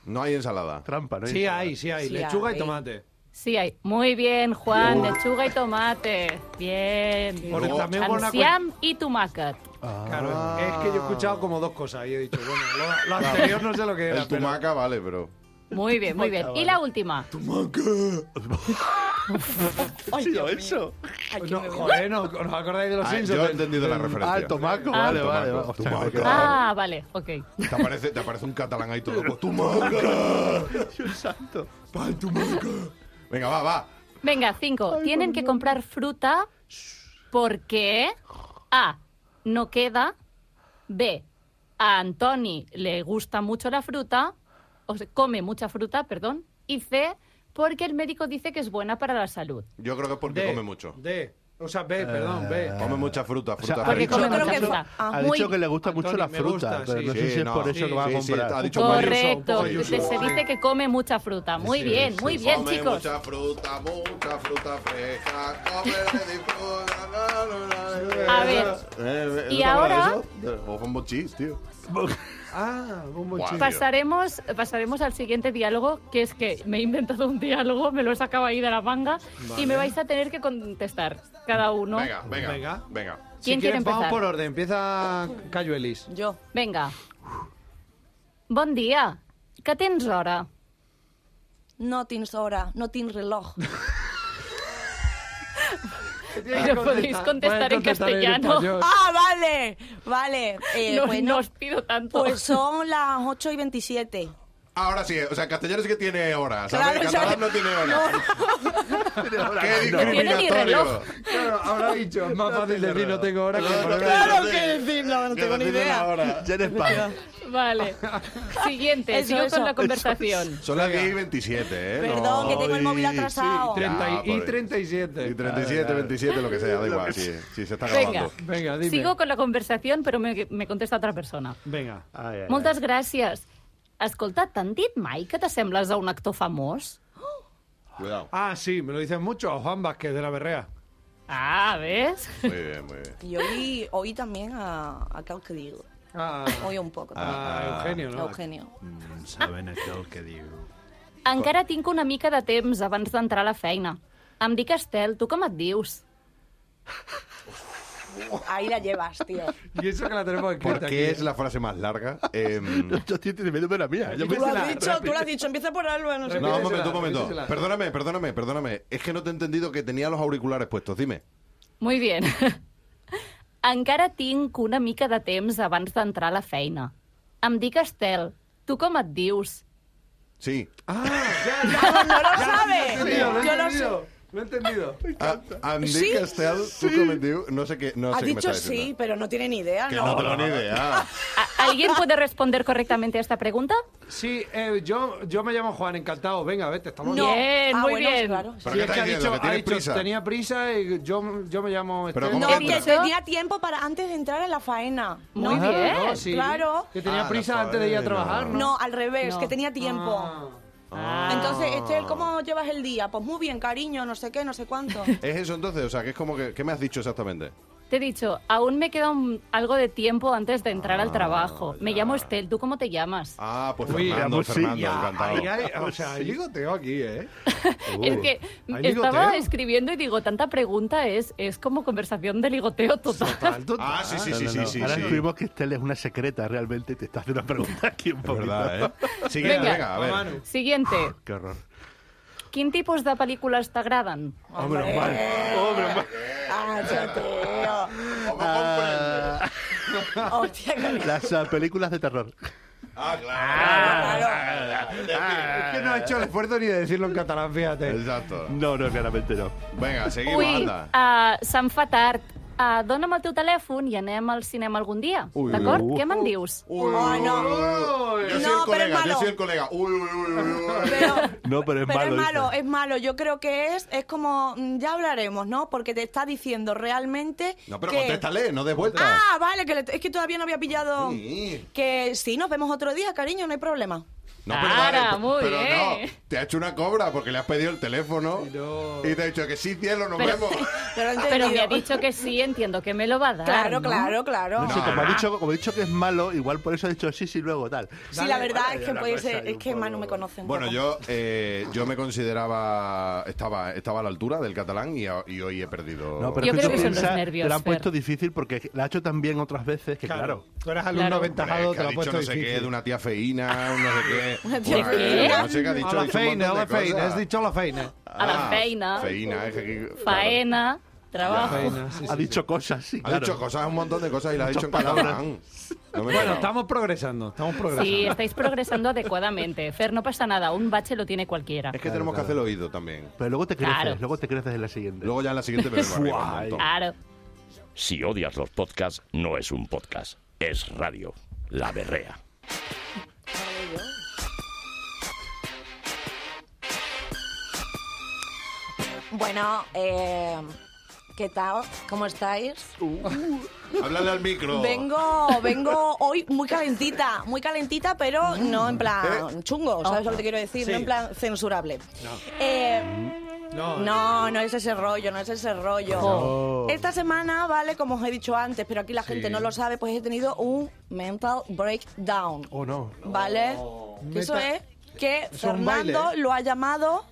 S4: No hay ensalada.
S7: Trampa, ¿no?
S5: Sí hay, sí hay.
S6: Sí
S5: lechuga y
S6: hay.
S5: tomate.
S8: Sí, hay. Muy bien, Juan, lechuga y tomate. Bien.
S5: Porque también hubo una
S8: Enciam y tumacat.
S5: Claro,
S4: Ah.
S5: es que yo he escuchado como dos cosas y he dicho, bueno, lo, lo anterior no sé lo que era.
S4: El tumaca vale, bro.
S8: Muy bien, muy bien. Y la última.
S5: ¡Ay, eso! No, joder, no, ¿os acordáis de los
S4: Ah,
S5: Simpsons?
S4: yo he entendido la referencia.
S7: Ah, el tomaco,
S8: Ah.
S7: vale, vale.
S4: Tomaco,
S7: vale. Hostia,
S4: tomaco.
S7: me he quedado-
S8: Ah, vale, ok.
S4: Te aparece, te aparece un catalán ahí todo loco. ¡Tumaca!
S7: Dios santo.
S4: ¡Pal, tumaca! Venga, va, va.
S8: Venga, cinco. Tienen que comprar fruta porque A. No queda. B. A Antoni le gusta mucho la fruta. O se come mucha fruta, perdón. Y C. Porque el médico dice que es buena para la salud.
S4: Yo creo que es porque come mucho. Ah.
S5: D. O sea, B, perdón, B.
S4: Come mucha fruta, fruta.
S7: sea,
S8: Porque
S4: fruta.
S8: come
S6: Yo creo
S8: mucha
S6: que-
S8: fruta.
S6: ah,
S7: Ha
S8: Muy
S7: dicho que le gusta mucho
S5: Antonio,
S7: la
S5: me
S7: fruta,
S5: gusta,
S7: pero
S5: sí.
S7: no sé
S4: Sí,
S7: si es
S4: no,
S7: por eso
S5: sí,
S7: que va a
S4: sí, sí,
S7: comprar.
S4: ha dicho
S8: Correcto,
S4: Mario Sopo.
S8: se dice que come mucha fruta. Muy bien, muy bien,
S4: Come
S8: chicos.
S4: mucha fruta, mucha fruta fresca. Come, disfruta. la, la, la.
S8: A ver,
S4: Eh, eh,
S8: y
S4: ¿no te acuerdas
S8: ahora-
S4: de eso? O Bombo Cheese, tío.
S5: Ah, un buen
S4: Guau,
S5: chiste.
S4: tío.
S8: Pasaremos, pasaremos al siguiente diálogo, que es que me he inventado un diálogo, me lo he sacado ahí de la manga y me vais a tener que contestar cada uno.
S4: Venga, venga,
S5: Venga.
S4: venga.
S5: si
S8: ¿Quién quiere
S5: quieres, vamos
S8: empezar?
S5: por orden. Empieza Cayuelis.
S6: Yo.
S8: Venga. Bon dia, que tens hora?
S6: No tienes hora, no tienes reloj.
S8: Pero podéis contestar en castellano.
S6: ¡Ah, vale! Vale. Eh,
S8: No,
S6: bueno,
S8: no os pido tanto.
S6: pues son las 8 y 27.
S4: Ahora sí, o sea, en castellano sí que tiene horas, ¿sabes?
S6: Claro,
S4: En catalán
S6: ya-
S4: no tiene horas. ¡Qué
S8: No tiene ni
S4: discriminatorio!
S8: reloj.
S5: Claro, ahora dicho, es más fácil decir no tengo hora que poner-
S6: Claro que decir, no, no
S4: Que
S6: tengo ni
S4: decirlo
S6: idea.
S4: ahora.
S7: Ya eres padre.
S8: Vale. Siguiente,
S6: Eso,
S8: sigo
S6: eso.
S8: con la conversación.
S4: Son las 10 y 27, ¿eh?
S6: Perdón, que tengo el móvil atrasado.
S4: sí,
S5: Treinta y-
S4: Ya,
S5: y
S4: pobre.
S5: 37.
S4: Y 37, 27, lo que sea, da igual, si se está
S8: Venga,
S4: grabando.
S5: Venga, dime.
S8: sigo con la conversación, però me, me contesta otra persona.
S5: Venga.
S8: Moltes gràcies. Escolta, t'han dit mai que t'assembles a un actor famós?
S4: Cuidado.
S5: Ah, sí, me lo dicen mucho a Juan Vázquez de la Berrea.
S8: Ah, ves?
S4: Muy bien, muy bien.
S6: Y oí, oí también a, a Cal que digo.
S5: Ah,
S6: Oí un poco también.
S5: a Eugenio,
S6: a
S5: ¿no?
S6: Eugenio.
S10: Saben això el que diu.
S8: Encara tinc una mica de temps abans d'entrar a la feina. Em dic Estel, tu com et dius?
S6: Ahí la llevas, tío.
S5: Y eso que la tenemos escrita
S4: ¿Por
S5: aquí.
S4: qué es la frase más larga? Em,
S7: Yo estoy tremendo de la mía. Yo
S6: Tú
S7: me-
S6: lo has
S5: Repítela,
S6: dicho, tú lo has dicho. Empieza por algo, no sé.
S4: No, un
S5: Repítesela,
S4: momento, un momento.
S5: repítesela.
S4: Perdóname, perdóname, perdóname. Es que no te he entendido que tenía los auriculares puestos. Dime.
S8: Muy bien. Encara tinc una mica de temps abans d'entrar a la feina. Em dic Estel, tu com et dius?
S4: Sí.
S5: Ah, ya, ya.
S6: No lo
S5: Lo he
S6: sabes.
S5: entendido, lo he
S6: Yo lo sé.
S5: entendido, Lo he entendido.
S4: Ah, Andy
S6: Sí.
S4: Castel, tú cometió- No sé qué. No
S6: Has
S4: sé qué
S6: dicho
S4: me está
S6: sí,
S4: diciendo.
S6: pero no tiene ni idea,
S4: Que
S6: ¿no?
S4: no tengo ni idea.
S8: A- ¿Alguien puede responder correctamente a esta pregunta?
S5: Sí, eh, yo, yo me llamo Juan, encantado. Venga, vete, estamos
S8: No. Bien, muy
S6: Ah, bueno,
S8: bien.
S6: Claro.
S4: ¿Pero qué
S5: Sí, es que
S4: estás
S5: ha
S4: diciendo?
S5: dicho,
S4: ¿Que
S5: ha
S4: tienes
S5: dicho,
S4: prisa?
S5: tenía prisa y yo, yo me llamo...
S4: Pero
S5: Esther.
S4: ¿cómo
S6: No,
S8: entra?
S6: que tenía tiempo para antes de entrar en la faena.
S8: Muy
S5: Ah,
S8: bien.
S5: no, sí,
S6: Claro.
S5: Que tenía
S4: Ah,
S5: prisa
S4: no,
S5: antes de ir a
S4: joder,
S5: trabajar, ¿no?
S6: No, al revés,
S8: No.
S6: que tenía tiempo.
S8: Ah.
S6: Entonces, este, ¿cómo llevas el día? Pues muy bien, cariño, no sé qué, no sé cuánto.
S4: Es eso entonces, o sea, que es como que. ¿Qué me has dicho exactamente?
S8: Te he dicho, aún me queda un- algo de tiempo antes de entrar al trabajo. Me llamo Estel, ¿tú cómo te llamas?
S4: Ah, pues
S5: Uy,
S4: Fernando,
S7: ambos sí,
S4: Fernando,
S5: Ya,
S4: encantado.
S5: ahí hay- o sea, hay ligoteo aquí, ¿eh?
S8: Es que
S5: ¿Hay
S8: estaba
S5: ligoteo?
S8: escribiendo y digo, tanta pregunta es, es como conversación de ligoteo total.
S4: Ah, sí, sí,
S7: No,
S4: sí,
S7: no,
S4: sí,
S7: no.
S4: sí.
S7: Ahora
S4: sí.
S7: descubrimos que Estel es una secreta realmente y te está haciendo una pregunta aquí un
S4: Es
S7: poquito.
S4: verdad, ¿eh? Siguiente,
S8: Venga.
S4: venga, a ver.
S5: Manu.
S8: Siguiente.
S7: Qué horror.
S8: ¿Qué tipos de películas te agradan?
S7: Hombre, Ah,
S6: eh,
S7: mal. Hombre, mal.
S6: ¡Ah,
S4: ¿Cómo comprende?
S6: tío! ¡Hostia, qué
S7: Ah, Las ah, películas de terror.
S4: Ah, claro.
S5: Es que no ha hecho el esfuerzo ni de decirlo en catalán, fíjate.
S4: Exacto.
S7: No, no, claramente no.
S4: Venga, seguimos,
S8: Ui,
S4: anda.
S6: Ah,
S8: uh, se'm fa tard. Uh, dona'm el teu telèfon i anem al cinema algun dia.
S4: Ui,
S8: D'acord?
S7: ui.
S8: Què me'n dius?
S6: Uh,
S4: Uy,
S6: Ay, no.
S4: Yo soy
S6: Oh, No,
S4: el
S6: pero es
S4: colega, yo
S6: malo.
S4: soy el colega. Uy, uy, uy, uy, uy.
S6: Pero,
S7: No, pero es malo,
S6: es malo,
S7: dice.
S6: es malo. Yo creo que es, es como, mm, ya hablaremos, ¿no? Porque te está diciendo realmente
S4: No, pero
S6: que...
S4: contéstale, no des vuelta.
S6: Ah, vale, que le- es que todavía no había pillado...
S4: Sí.
S6: Que sí, nos vemos otro día, cariño, no hay problema.
S4: No,
S8: Ara,
S4: vale,
S8: muy
S4: pero
S8: bien.
S4: no, te ha hecho una cobra porque le has pedido el teléfono y, te ha dicho que sí, cielo, nos vemos.
S8: Pero me ha dicho que sí, entiendo que me lo va a dar.
S6: Claro,
S8: ¿no?
S6: claro, claro.
S7: No sé, como, ha dicho, como ha dicho que es malo, igual por eso ha dicho sí, sí, luego tal.
S6: Sí, la verdad
S7: Dale,
S6: es que
S7: dale,
S6: puede
S7: una cosa
S6: ser,
S7: ahí
S6: es
S7: un
S6: que
S7: poco.
S6: Manu me conoce un
S4: Bueno,
S6: poco.
S4: yo, eh, yo me consideraba, estaba, estaba a la altura del catalán y, a- y hoy he perdido.
S7: No, pero
S8: Yo
S7: es que
S8: creo
S7: tú
S8: que son los
S7: piensas,
S8: nervios,
S7: Te lo han
S8: Fer.
S7: puesto difícil porque la ha hecho tan bien otras veces que, claro.
S5: Tú eras alumno
S8: Claro.
S4: Hombre,
S5: aventajado,
S4: que
S5: te
S4: ha
S5: lo ha
S4: dicho
S5: puesto
S4: no sé qué,
S5: difícil.
S4: de una tía feína, un no sé qué.
S6: Una tía
S4: Bueno,
S8: feína.
S4: No sé qué ha dicho.
S5: a
S4: ha
S5: la
S4: dicho un
S5: feina, a la
S4: montón de
S5: feina,
S4: cosas.
S5: has dicho a la feina.
S8: A la
S4: Ah,
S8: feina,
S4: Feina, es que-
S8: faena, trabajo.
S4: Ah,
S5: Feina, sí,
S7: ha
S5: sí,
S7: dicho cosas, sí,
S4: Ha
S7: claro.
S4: dicho cosas, un montón de cosas y las ha dicho en
S7: palabras.
S4: catalán. No me he
S5: sí. Bueno,
S4: enterado.
S5: estamos progresando, estamos progresando.
S8: Sí, estáis progresando adecuadamente. Fer, no pasa nada, un bache lo tiene cualquiera.
S4: Es que tenemos que hacer el oído también.
S7: Pero luego te creces,
S8: Claro.
S7: luego te creces en la siguiente.
S4: Luego ya en la siguiente me vengo arriba un montón.
S8: Claro.
S1: Si odias los podcasts, no es un podcast, es radio. La berrea.
S6: Bueno, eh, ¿qué tal? ¿Cómo estáis?
S4: Háblale al micro.
S6: Vengo, vengo hoy muy calentita, muy calentita, pero
S5: Mm.
S6: no en
S5: ¿Eh?
S6: plan chungo, ¿sabes
S5: Oh.
S6: lo que te quiero decir? No en plan censurable. Eh,
S5: No, eh.
S6: no, no es ese rollo, no es ese rollo. Esta semana, vale, como os he dicho antes, pero aquí la gente no lo sabe, pues he tenido un mental breakdown.
S7: O no.
S6: ¿Vale? Que Eso
S5: Oh. Meta-
S6: es que
S5: Es un baile,
S6: Fernando
S5: ¿eh?
S6: lo ha llamado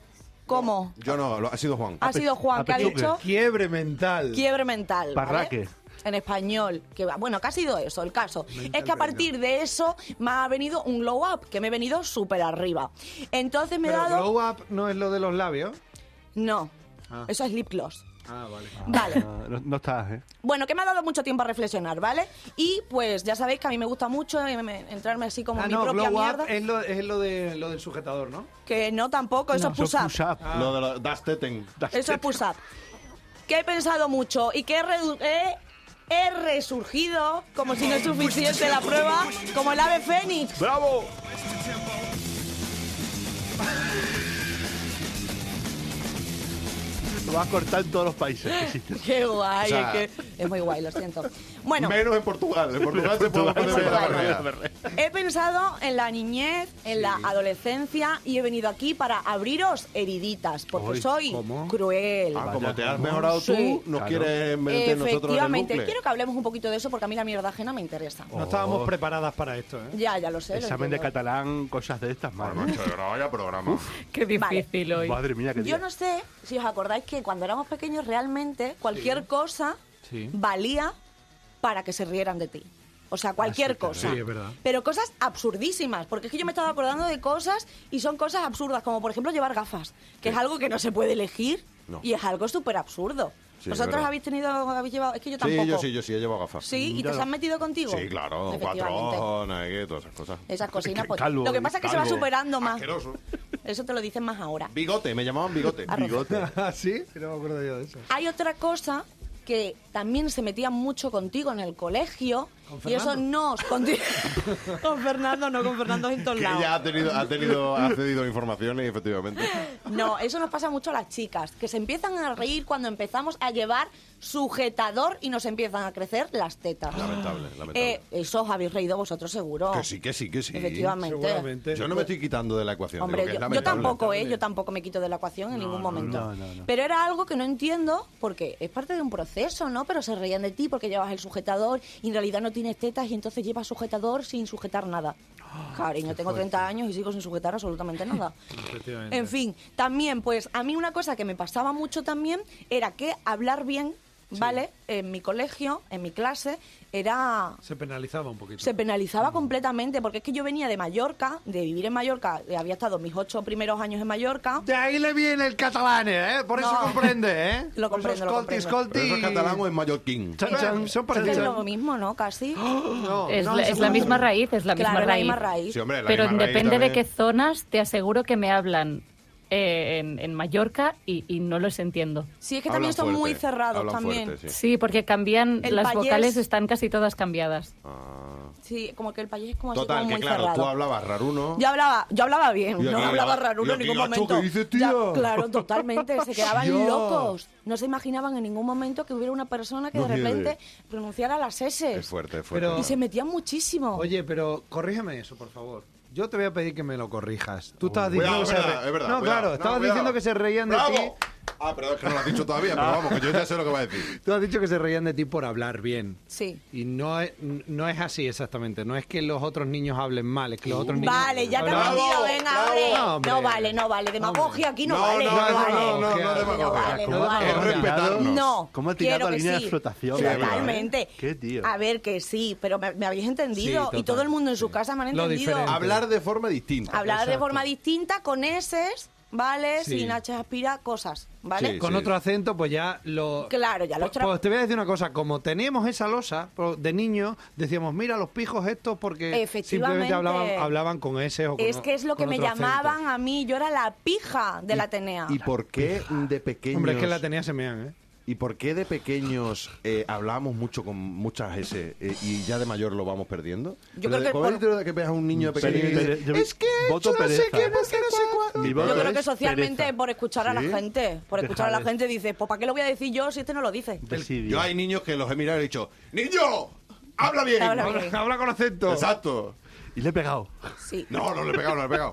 S6: como.
S4: Yo no, lo- ha sido Juan.
S6: Ha sido Juan que ha
S7: apechugue.
S6: dicho
S5: Quiebre mental.
S6: quiebre mental. ¿vale?
S7: Parraque.
S6: En español. Que, bueno, que ha sido eso el caso. es que a partir de eso me ha venido un glow up, que me he venido súper arriba. Entonces me he
S5: Pero
S6: dado.
S5: glow up no es lo de los labios.
S6: No.
S5: Ah.
S6: Eso es lip gloss.
S5: Ah, vale.
S6: Vale.
S7: Ah, no, no estás, ¿eh?
S6: Bueno, que me ha dado mucho tiempo a reflexionar, ¿vale? Y pues ya sabéis que a mí me gusta mucho eh, me- entrarme así como
S5: Ah,
S6: en mi
S5: no,
S6: propia
S5: glow
S6: mierda.
S5: up es lo, es lo, de, lo del sujetador, ¿no?
S6: Que no tampoco, eso es push
S7: Son
S6: up.
S7: push-up.
S4: Lo de los Das Tetten.
S6: Eso es push up. Que he pensado mucho y que he, redu- he- he resurgido, como si no es suficiente la prueba, como el ave fénix.
S1: ¡Bravo!
S7: Lo vas a cortar en todos los países. que existen.
S6: Qué guay,
S4: O sea-
S6: es, que es muy guay, lo siento. Bueno,
S4: Menos en Portugal. En Portugal se puede poner la barrera.
S6: he pensado en la niñez, en la adolescencia y he venido aquí para abriros heriditas, porque
S7: Uy,
S6: soy
S7: ¿cómo?
S6: cruel.
S4: Ah, como te has mejorado
S6: Sí.
S4: tú, nos
S7: Claro.
S4: quieres meter nosotros en el
S6: Efectivamente,
S4: bucle. Oh.
S6: quiero que hablemos un poquito de eso porque a mí la mierda ajena me interesa.
S5: No estábamos preparadas para esto, ¿eh?
S6: Ya, ya lo sé. lo
S7: Oh. Examen de
S6: entiendo.
S7: catalán, cosas de estas,
S4: Bueno,
S7: madre mía.
S4: macho, de verdad, vaya programa.
S8: Qué difícil hoy.
S7: Madre mía, qué
S6: Yo
S7: día.
S6: no sé si os acordáis que cuando éramos pequeños realmente cualquier cosa
S5: Sí.
S6: valía para que se rieran de ti. O sea, cualquier cosa.
S5: Sí, es verdad.
S6: Pero cosas absurdísimas, porque es que yo me estaba acordando de cosas y son cosas absurdas, como por ejemplo llevar gafas, que es algo que no se puede elegir
S4: No.
S6: y es algo súper absurdo.
S4: Sí, es
S6: ¿Vosotros
S4: verdad.
S6: habéis tenido, habéis llevado? Es que yo tampoco.
S4: Sí, yo sí, yo sí, he llevado gafas. Mm.
S6: ¿Sí? ¿Y te se han metido contigo?
S4: Sí, claro, cuatro
S6: Efectivamente.
S4: ojos, no sé qué, todas esas cosas.
S6: Esas cositas, pues.
S7: Calvo,
S6: lo que pasa es que se va
S4: calvo.
S6: superando más.
S4: Asqueroso.
S6: Eso te lo dicen más ahora.
S4: Bigote, me llamaban bigote.
S6: Arroz.
S5: Ah, sí, no me acuerdo yo de eso.
S6: Hay otra cosa que también se metía mucho contigo en el colegio
S5: ¿Con
S6: y eso
S5: Fernando?
S6: no os conti- con Fernando no con Fernando es en todos
S4: Que
S6: lados
S4: ya ha tenido, ha tenido, ha cedido informaciones, efectivamente.
S6: no eso nos pasa mucho a las chicas que se empiezan a reír cuando empezamos a llevar sujetador y nos empiezan a crecer las tetas
S4: Lamentable, lamentable.
S6: eh, eso os habéis reído vosotros seguro
S4: que sí, que sí, que sí.
S6: efectivamente
S5: Seguramente.
S4: Yo no me estoy quitando de la ecuación.
S6: Hombre,
S4: digo que es
S6: yo, yo
S4: lamentable.
S6: tampoco, ¿eh? Yo tampoco me quito de la ecuación en ningún momento. Pero era algo que no entiendo porque es parte de un proceso, ¿no? Pero se reían de ti porque llevas el sujetador y en realidad no tienes tetas y entonces llevas sujetador sin sujetar nada. Cariño, tengo 30 años y sigo sin sujetar absolutamente nada.
S5: Efectivamente.
S6: En fin, también, pues a mí una cosa que me pasaba mucho también era que hablar bien, ¿vale? En mi colegio, en mi clase, era
S5: Se penalizaba un poquito.
S6: se penalizaba completamente, porque es que yo venía de Mallorca, de vivir en Mallorca, eh, había estado mis ocho primeros años en Mallorca.
S5: De ahí le viene el catalán, ¿eh? Por eso
S6: No.
S5: comprende, ¿eh?
S6: Lo
S5: Por eso
S6: comprendo, lo
S5: escolti,
S6: comprendo.
S5: escolti.
S4: Pero eso es catalán o es mallorquín.
S5: Chan, chan, son
S6: Es que es
S5: parecidos.
S6: lo mismo, ¿no? Casi.
S5: No,
S8: Es,
S5: no,
S8: la,
S5: eso
S8: es la
S5: no.
S8: misma raíz, es la
S6: claro,
S8: misma
S6: la
S8: raíz.
S6: misma raíz.
S4: Sí, hombre, la
S8: Pero
S4: misma raíz
S8: depende de
S4: también.
S8: qué zonas, te aseguro que me hablan eh, en, en Mallorca y, y no los entiendo.
S6: Sí, es que
S4: Hablan
S6: también son
S4: fuerte,
S6: muy cerrados
S4: hablan
S6: también.
S4: fuerte, sí.
S8: Sí, porque cambian,
S6: El
S8: las
S6: payés-
S8: vocales están casi todas cambiadas.
S4: Ah.
S6: sí. como que el país es como así,
S4: Total,
S6: como
S4: que
S6: muy
S4: claro,
S6: cerrado.
S4: tú hablabas raruno.
S6: Yo hablaba, yo hablaba bien,
S4: Y
S6: no
S4: aquí
S6: hablaba
S4: hablaba-
S6: raro
S4: y
S6: en
S4: aquí,
S6: ningún
S4: "Gacho,
S6: momento.
S4: ¿qué dices,
S6: Ya,
S4: tía?"
S6: claro, totalmente, se quedaban
S5: Yo.
S6: locos. No se imaginaban en ningún momento que hubiera una persona que
S4: No
S6: de
S4: tiene
S6: repente pronunciara las S.
S4: Es fuerte, es fuerte.
S5: Pero-
S6: Y se metían muchísimo.
S5: Oye, pero corrígeme eso, por favor. Yo te voy a pedir que me lo corrijas. Tú estabas
S4: Cuidado,
S5: diciendo que se
S4: es verdad,
S5: re-
S4: es verdad,
S5: No,
S4: cuidado.
S5: claro,
S4: No,
S5: estabas
S4: cuidado.
S5: diciendo que se reían de ti.
S4: ¡Bravo! Ah, pero es que no lo has dicho todavía, pero vamos, que yo ya sé lo que va a decir.
S5: Tú has dicho que se reían de ti por hablar bien.
S6: Sí.
S5: Y no es, no es así exactamente. No es que los otros niños hablen mal, es que los otros niños.
S6: Vale, ya te
S5: hablan-
S6: has vendido, venga, hombre.
S5: No, hombre.
S6: No vale, no vale. Demagogia aquí no, vale.
S4: no,
S6: no
S4: no,
S6: vale.
S4: no, no, no, demagogia.
S6: vale, no
S7: Ah, ¿Cómo
S6: vale.
S4: Es respetarnos.
S6: No,
S7: ¿Cómo ha tirado
S6: quiero
S7: la
S6: que
S7: línea de
S6: sí.
S7: flotación?
S6: Totalmente.
S7: Qué tío.
S6: A ver, que sí, pero me, me habéis entendido.
S5: Sí,
S6: y todo
S5: total,
S6: el mundo en su casa me han
S5: Lo
S6: entendido.
S5: diferente.
S4: Hablar de forma distinta.
S6: Hablar de
S5: Exacto.
S6: forma distinta, con S, ¿vale?
S5: Sí.
S6: Sin H aspira, cosas, ¿vale?
S4: Sí,
S5: Con otro acento, pues ya lo.
S6: Claro, ya lo
S5: Pues,
S6: tra-
S5: pues te voy a decir una cosa. Como teníamos esa losa pro- de niños, decíamos, mira los pijos estos porque
S6: Efectivamente.
S5: simplemente hablaban, hablaban con ese o con
S6: Es que es lo que
S5: con
S6: me
S5: otro acento.
S6: llamaban a mí. Yo era la pija de la Atenea.
S4: ¿Y por qué de pequeños...
S5: Hombre, es que la tenía semean, ¿eh?
S4: ¿Y por qué de pequeños eh, hablábamos mucho con muchas S eh, y ya de mayor lo vamos perdiendo?
S6: Yo
S4: Lo
S6: creo
S4: de
S6: que por-
S4: cobertura de que veas a un niño de pequeño y
S7: Pero-
S4: dices,
S7: yo-
S4: es que yo
S7: voto
S4: no sé
S7: pereza.
S4: quién, es que no sé cuánto".
S7: Mi voto
S6: Yo creo que
S7: es
S6: socialmente
S7: pereza.
S6: por escuchar a la
S7: ¿Sí?
S6: gente, por escuchar a la
S7: Dejar-
S6: gente dices, pues ¿para qué lo voy a decir yo si este no lo dice?
S7: Desidia.
S4: Yo hay niños que los he mirado y he dicho, ¡Niño! ¡Habla bien!
S6: Habla bien.
S5: Habla, habla con acento.
S4: Exacto.
S7: Y le he pegado.
S6: Sí.
S4: No, no le he pegado, no le he pegado.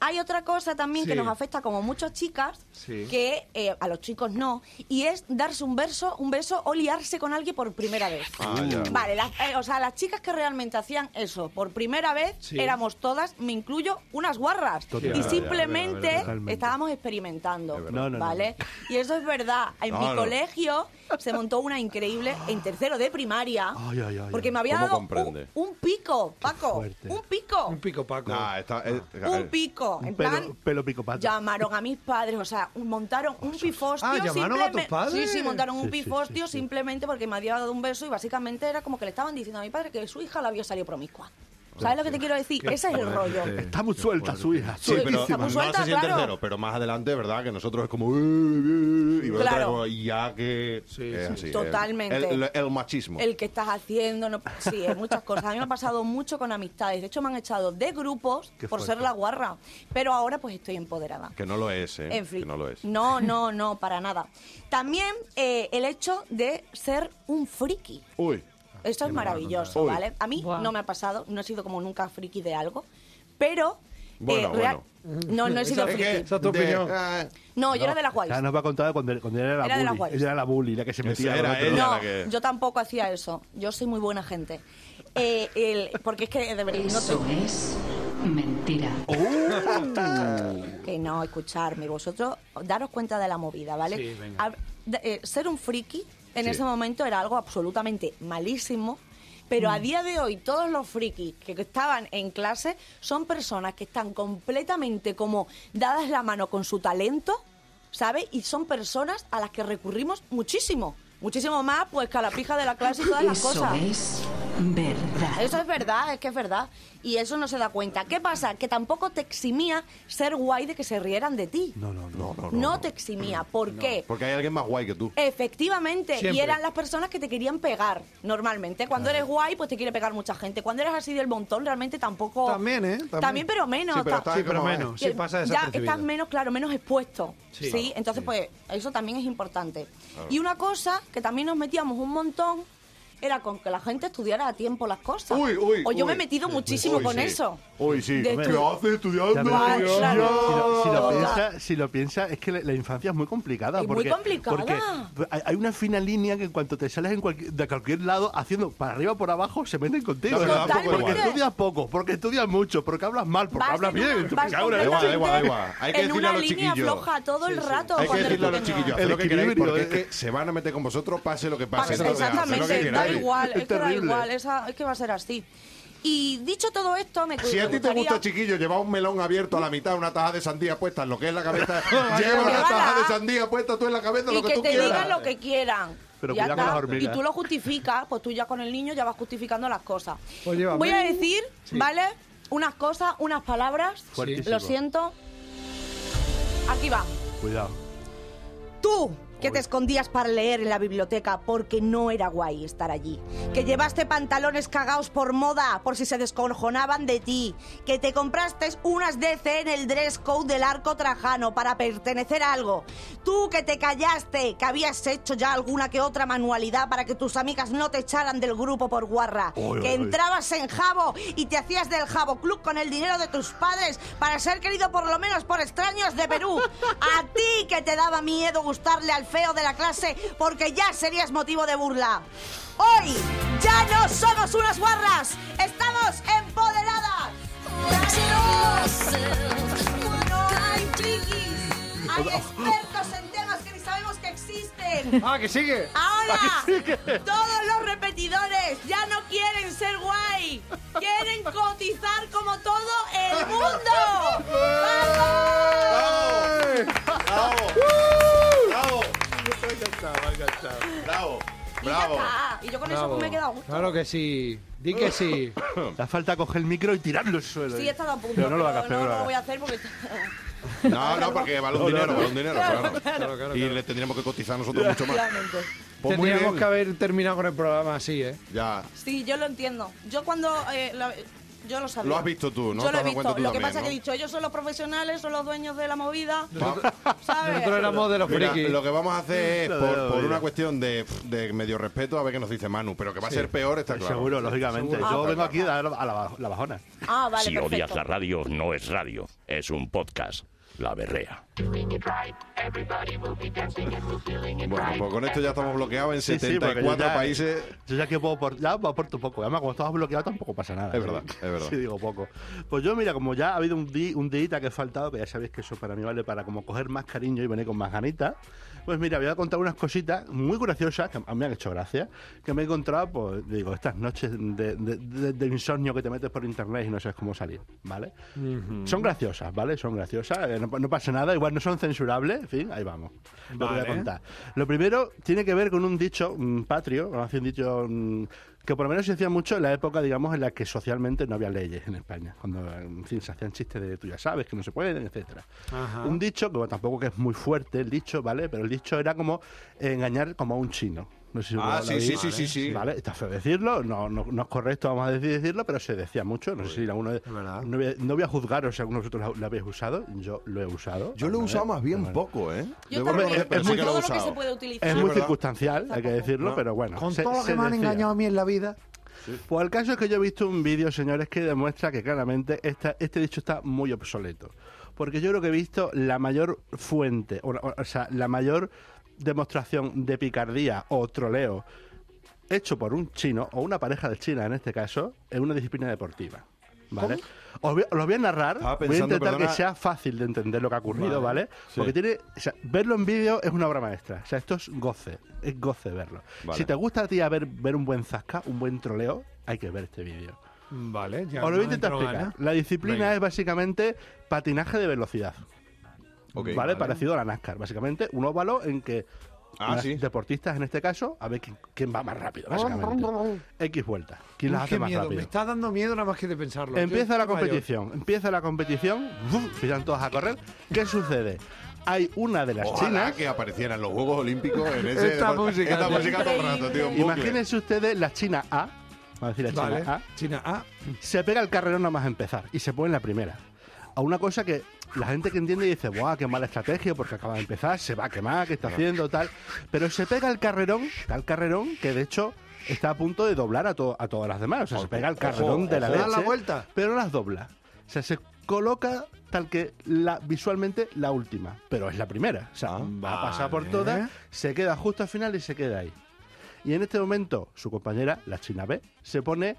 S6: Hay otra cosa también que
S5: Sí.
S6: nos afecta como muchas chicas,
S5: Sí.
S6: que eh, a los chicos no, y es darse un verso, un beso o liarse con alguien por primera vez.
S4: Ah, ya.
S6: Vale, las- eh, o sea, las chicas que realmente hacían eso por primera vez
S5: Sí.
S6: éramos todas, me incluyo, unas guarras.
S7: Total.
S6: y
S7: Ya, ya,
S6: simplemente
S7: ya, ya, totalmente.
S6: estábamos experimentando,
S7: verdad. No, no, no,
S6: ¿vale? Y eso es verdad. En
S4: No,
S6: mi
S4: no.
S6: colegio se montó una increíble en tercero de primaria,
S7: Ay, ay, ay,
S6: porque
S7: ay.
S6: me había
S4: ¿Cómo
S6: dado
S4: comprende?
S6: un, un pico, Paco,
S7: fuerte.
S6: un pico.
S5: Un pico Paco.
S4: Nah, está- eh, es-
S6: Un pico, en
S7: pelo-
S6: plan.
S7: pelo pico pato.
S6: Llamaron a mis padres, o sea, un- montaron un pifostio.
S5: Ah, ¿llamaron a tus
S6: simplemente-
S5: padres?
S6: Sí, sí, montaron un
S7: Sí, sí,
S6: pifostio
S7: sí, sí.
S6: simplemente porque me había dado un beso y básicamente era como que le estaban diciendo a mi padre que su hija la había salido promiscua. ¿Sabes lo que te quiero decir? Ese es el rollo.
S7: Está muy suelta su hija.
S4: Sí, pero
S6: está muy
S4: no
S6: suelta,
S4: sé si en
S6: claro.
S4: tercero, pero más adelante, ¿verdad? Que nosotros es como... "Uh, uh, uh", Y vosotras
S6: Claro.
S4: como, ya que... Es así, el-
S6: Totalmente.
S4: El, el machismo.
S6: El que estás haciendo, no- sí, hay muchas cosas. A mí me ha pasado mucho con amistades. De hecho, me han echado de grupos
S7: Qué
S6: por ser
S7: fuerte.
S6: la guarra. Pero ahora pues estoy empoderada.
S4: Que no lo es, ¿eh?
S6: En fin,
S4: Que no lo es.
S6: No, no, no, para nada. También eh, el hecho de ser un friki.
S4: Uy.
S6: Esto es maravilloso,
S4: Uy.
S6: ¿vale? A mí
S8: Buah.
S6: no me ha pasado, no he sido como nunca friki de algo, pero... eh,
S4: Bueno,
S6: No, no he sido
S4: Es
S6: friki.
S4: que-
S5: Esa es tu
S4: de-
S5: opinión.
S4: ah,
S6: No, yo era de las guays.
S7: Ya nos va a contar cuando, cuando era la
S6: Era de las
S7: bully.
S6: guays.
S7: ella era la bully, la que se
S4: Esa
S7: metía. con
S4: era
S7: otro.
S4: ella.
S6: No,
S4: la que-
S6: yo tampoco hacía eso. Yo soy muy buena gente. Eh, el- porque es que de verdad no te-
S11: es mentira.
S6: que no escucharme. Vosotros daros cuenta de la movida, ¿vale?
S5: Sí, venga.
S6: Hab- de- eh, ser un friki en
S4: Sí.
S6: ese momento era algo absolutamente malísimo. Pero
S5: Mm.
S6: a día de hoy todos los frikis que que estaban en clase son personas que están completamente como dadas la mano con su talento, ¿sabes? Y son personas a las que recurrimos muchísimo, muchísimo más pues que a la pija de la clase y todas las
S11: Eso
S6: cosas.
S11: es verdad.
S6: Eso es verdad, es que es verdad. Y eso no se da cuenta. ¿Qué pasa? Que tampoco te eximía ser guay de que se rieran de ti.
S7: No, no,
S4: no,
S7: no.
S4: no,
S6: No
S4: no.
S6: te eximía. ¿Por qué?
S4: Porque hay alguien más guay que tú.
S6: Efectivamente, y
S5: Siempre.
S6: eran las personas que te querían pegar normalmente. Cuando eres guay, pues te quiere pegar mucha gente. Cuando eres así del montón, realmente tampoco.
S5: También, ¿eh?
S6: También,
S5: También.
S6: pero menos.
S4: Sí, pero
S6: Ta-
S4: está-
S5: Sí, pero
S4: ¿Cómo es?
S5: menos. Sí,
S6: que
S5: pasa
S6: ya
S5: desapercibido.
S6: estás menos, claro, menos expuesto.
S5: Sí.
S6: Sí,
S5: Claro,
S6: entonces pues eso también es importante. Y una cosa que también nos metíamos un montón era con que la gente estudiara a tiempo las cosas.
S4: Uy, uy,
S6: o yo me he
S4: uy.
S6: metido muchísimo
S4: Uy,
S6: con
S4: sí.
S6: eso.
S4: Uy, sí.
S6: De
S4: ¿Qué
S6: estu-
S4: haces
S7: Ya,
S4: estudiando?
S7: pero
S6: Ah,
S7: si lo-
S6: claro.
S7: si lo- si lo
S6: Total.
S7: piensa- Si lo piensas, es que la, la infancia es muy complicada.
S6: Es muy
S7: porque,
S6: complicada.
S7: Porque hay, hay una fina línea que en cuanto te sales en cualquier- de cualquier lado, haciendo para arriba o por abajo, se meten
S4: No,
S7: contigo.
S4: pero Totalmente. tampoco
S7: porque
S4: igual.
S7: estudias poco, porque estudias mucho, porque hablas mal, porque
S6: Vas
S7: hablas
S6: en una-
S7: bien.
S6: vas
S7: Ahora,
S4: Da igual, da igual, da
S6: completamente
S4: igual. Hay que
S6: en
S4: decirle a
S6: una
S4: los
S6: línea
S4: chiquillos.
S6: floja todo el rato.
S4: Hay que
S6: cuando eres
S4: decirle a los
S6: pequeño.
S4: chiquillos, haced
S7: El
S4: lo que queráis,
S7: equilibrio,
S4: porque es
S7: eh.
S4: que se van a meter con vosotros, pase lo que pase.
S6: Pasa-
S4: Entonces, haced lo que
S6: exactamente, da
S4: queráis.
S6: igual, es,
S7: Es
S6: que da
S7: terrible.
S6: igual, esa- es que va a ser así. Y dicho todo esto, me
S4: Si a ti te
S6: gustaría-
S4: gusta, chiquillo, llevar un melón abierto a la mitad, una taja de sandía puesta en lo que es la cabeza. lleva
S6: Llévala.
S4: una taja de sandía puesta tú en la cabeza,
S6: y
S4: lo
S6: que,
S4: que, tú
S6: te
S4: quieras.
S6: digan lo que quieran.
S7: Pero
S6: Ya
S7: cuidado con
S6: está.
S7: las hormigas.
S6: Y tú lo justificas, pues tú ya con el niño ya vas justificando las cosas.
S5: Oye, vamos.
S6: Voy a decir, ¿vale? Unas cosas, unas palabras.
S7: Fuertísimo.
S6: Lo siento. Aquí va.
S7: Cuidado.
S6: Tú, Que te escondías para leer en la biblioteca porque no era guay estar allí. Que llevaste pantalones cagados por moda por si se descojonaban de ti. Que te compraste unas DC en el dress code del arco trajano para pertenecer a algo. Tú que te callaste, que habías hecho ya alguna que otra manualidad para que tus amigas no te echaran del grupo por guarra.
S12: Oy,
S6: que
S12: oy, oy.
S6: entrabas en jabo y te hacías del jabo club con el dinero de tus padres para ser querido por lo menos por extraños de Perú. A ti que te daba miedo gustarle al feo de la clase porque ya serías motivo de burla. Hoy ya no somos unas guarras, estamos empoderadas. No hay chiquis, hay expertos en temas que ni sabemos que existen.
S5: Ah, que sigue.
S6: Ahora,
S5: Ah, que sigue.
S6: todos los repetidores ya no quieren ser guay, quieren cotizar como todo el mundo.
S13: ¡Bravo! ¡Bravo! ¡Bravo!
S6: Y ya
S13: ¡Bravo!
S6: está. Y yo con eso
S7: Bravo.
S6: me he quedado.
S5: Claro que sí. Di que sí.
S7: La falta coger el micro y tirarlo al suelo. ¿eh?
S6: Sí, he estado a punto,
S7: Pero no lo hagas,
S6: no,
S7: pero no lo
S6: lo
S7: hagas.
S6: voy a hacer porque...
S4: No, no, porque vale un
S13: No, no, no.
S4: dinero, vale un dinero,
S13: Claro,
S4: claro.
S13: claro.
S4: Y le tendríamos que cotizar nosotros mucho más.
S6: Claramente.
S4: Pues muy
S5: Tendríamos
S4: bien.
S5: que haber terminado con el programa así, ¿eh?
S4: Ya.
S6: Sí, yo lo entiendo. Yo cuando... eh, lo- yo lo sabía.
S4: Lo has visto tú, ¿no? Te
S6: Yo lo he
S4: has dado
S6: visto.
S4: cuenta
S6: Lo
S4: tú
S6: que
S4: también,
S6: pasa es
S4: ¿no?
S6: que he dicho, ellos son los profesionales, son los dueños de la movida.
S5: Nosotros éramos de los
S4: Mira,
S5: frikis.
S4: Lo que vamos a hacer es,
S5: Lo
S4: por,
S5: veo,
S4: por
S5: mira.
S4: una cuestión de, de medio respeto, a ver qué nos dice Manu. Pero que va a
S7: Sí.
S4: ser peor, está claro. Ah, pues
S7: Seguro, lógicamente.
S4: Seguro.
S7: Yo vengo aquí a dar a la, la bajona.
S6: Ah, vale,
S1: si
S6: perfecto.
S1: odias la radio, no es radio, es un podcast. La berrea.
S4: Bueno, pues con esto ya estamos bloqueados en
S7: Sí, sí, porque
S4: 74
S7: yo ya- eh,
S4: países.
S7: Yo ya que puedo por, ya aporto poco. Además, como estabas bloqueado tampoco pasa nada.
S4: Es
S7: ¿sí?
S4: verdad, es verdad.
S7: Sí, digo poco. Pues yo, mira, como ya ha habido un, di, un día que he faltado, que ya sabéis que eso para mí vale para como coger más cariño y venir con más ganitas. Pues mira, voy a contar unas cositas muy graciosas que a mí me han hecho gracia, que me he encontrado, pues digo, estas noches de, de- de- de insomnio que te metes por internet y no sabes cómo salir, ¿vale? Son graciosas, ¿vale? Son graciosas, eh, no, pa- no pasa nada, igual no son censurables, en fin, ahí vamos. Lo que voy a
S5: Vale.
S7: contar. Lo primero tiene que ver con un dicho mm, patrio, o hace un dicho mm, que por lo menos se hacía mucho en la época, digamos, en la que socialmente no había leyes en España, cuando en fin, se hacían chistes de tú ya sabes que no se pueden, etcétera.
S5: Ajá.
S7: Un dicho, que bueno, tampoco que es muy fuerte el dicho, ¿vale? Pero el dicho era como engañar como a un chino. No sé si
S4: Ah,
S7: lo- lo
S4: sí,
S7: oís.
S4: sí, sí, sí, sí.
S7: Vale, está feo decirlo, no, no, no es correcto, vamos a decir, decirlo, pero se decía mucho. No sé si alguno. No voy, a, no voy a juzgaros si alguno de vosotros lo, lo habéis usado, yo lo he usado.
S4: Yo lo he
S7: ¿vale?
S4: usado más bien
S7: Vale.
S4: poco, ¿eh?
S6: Yo
S7: Hombre,
S6: también,
S7: es-
S4: pero
S7: es
S4: sí
S7: muy-
S4: que lo he Todo lo que usado. se
S6: puede utilizar.
S7: Es
S4: Sí,
S7: muy
S4: ¿verdad?
S7: circunstancial, hay que decirlo, pero bueno.
S5: Con
S7: se-
S5: todo lo
S7: se
S5: que me han
S7: decía.
S5: engañado a mí en la vida.
S7: Pues el caso es que yo he visto un vídeo, señores, que demuestra que claramente esta- este dicho está muy obsoleto. Porque yo creo que he visto la mayor fuente, o, la- o- o sea, la mayor demostración de picardía o troleo hecho por un chino, o una pareja de China en este caso, en una disciplina deportiva. ¿Vale? Os voy, os lo voy a narrar,
S4: Estaba
S7: voy a
S4: pensando,
S7: intentar
S4: perdona-
S7: que sea fácil de entender lo que ha ocurrido,
S4: Vale.
S7: ¿vale?
S4: Sí.
S7: Porque tiene, o sea, verlo en vídeo es una obra maestra. O sea, esto es goce, es goce verlo.
S4: Vale.
S7: Si te gusta a ti a ver, ver un buen zasca, un buen troleo, hay que ver este vídeo.
S5: Vale, ya.
S7: Os lo voy
S5: no
S7: a intentar
S5: entro
S7: explicar.
S5: gana.
S7: La disciplina
S5: Venga.
S7: es básicamente patinaje de velocidad.
S4: Ok,
S7: ¿vale?
S4: vale.
S7: Parecido a la NASCAR. Básicamente, un óvalo en que
S4: Ah,
S7: las
S4: sí.
S7: deportistas, en este caso, a ver quién, quién va más rápido, básicamente. X vueltas. ¿Quién las
S5: Uy,
S7: hace
S5: qué
S7: más
S5: miedo, me
S7: rápido?
S5: está dando miedo nada más que de pensarlo. Yo
S7: Empieza la
S5: estoy mayor.
S7: competición, empieza la competición, ¡buf! se van todos a correr. ¿Qué sucede? Hay una de las
S4: Ojalá
S7: chinas.
S4: que aparecieran los Juegos Olímpicos en ese
S5: Esta música,
S4: esta
S5: tío.
S4: música todo el rato, tío. en bucle.
S7: Imagínense ustedes la China A, vamos a decir la
S5: Vale,
S7: China Ah. A,
S5: China ah, A.
S7: se pega el carrerón nada más empezar y se pone en la primera. A una cosa que la gente que entiende dice, ¡buah, qué mala estrategia! Porque acaba de empezar, se va a quemar, ¿qué está haciendo? tal Pero se pega el carrerón, tal carrerón que de hecho está a punto de doblar a, to- a todas las demás. O sea, se pega el carrerón de la
S5: ojo, da la
S7: leche,
S5: vuelta.
S7: pero las dobla. O sea, se coloca tal que la visualmente la última, pero es la primera. O sea, va a pasar por
S5: Ah, vale.
S7: todas, se queda justo al final y se queda ahí. Y en este momento, su compañera, la China B, se pone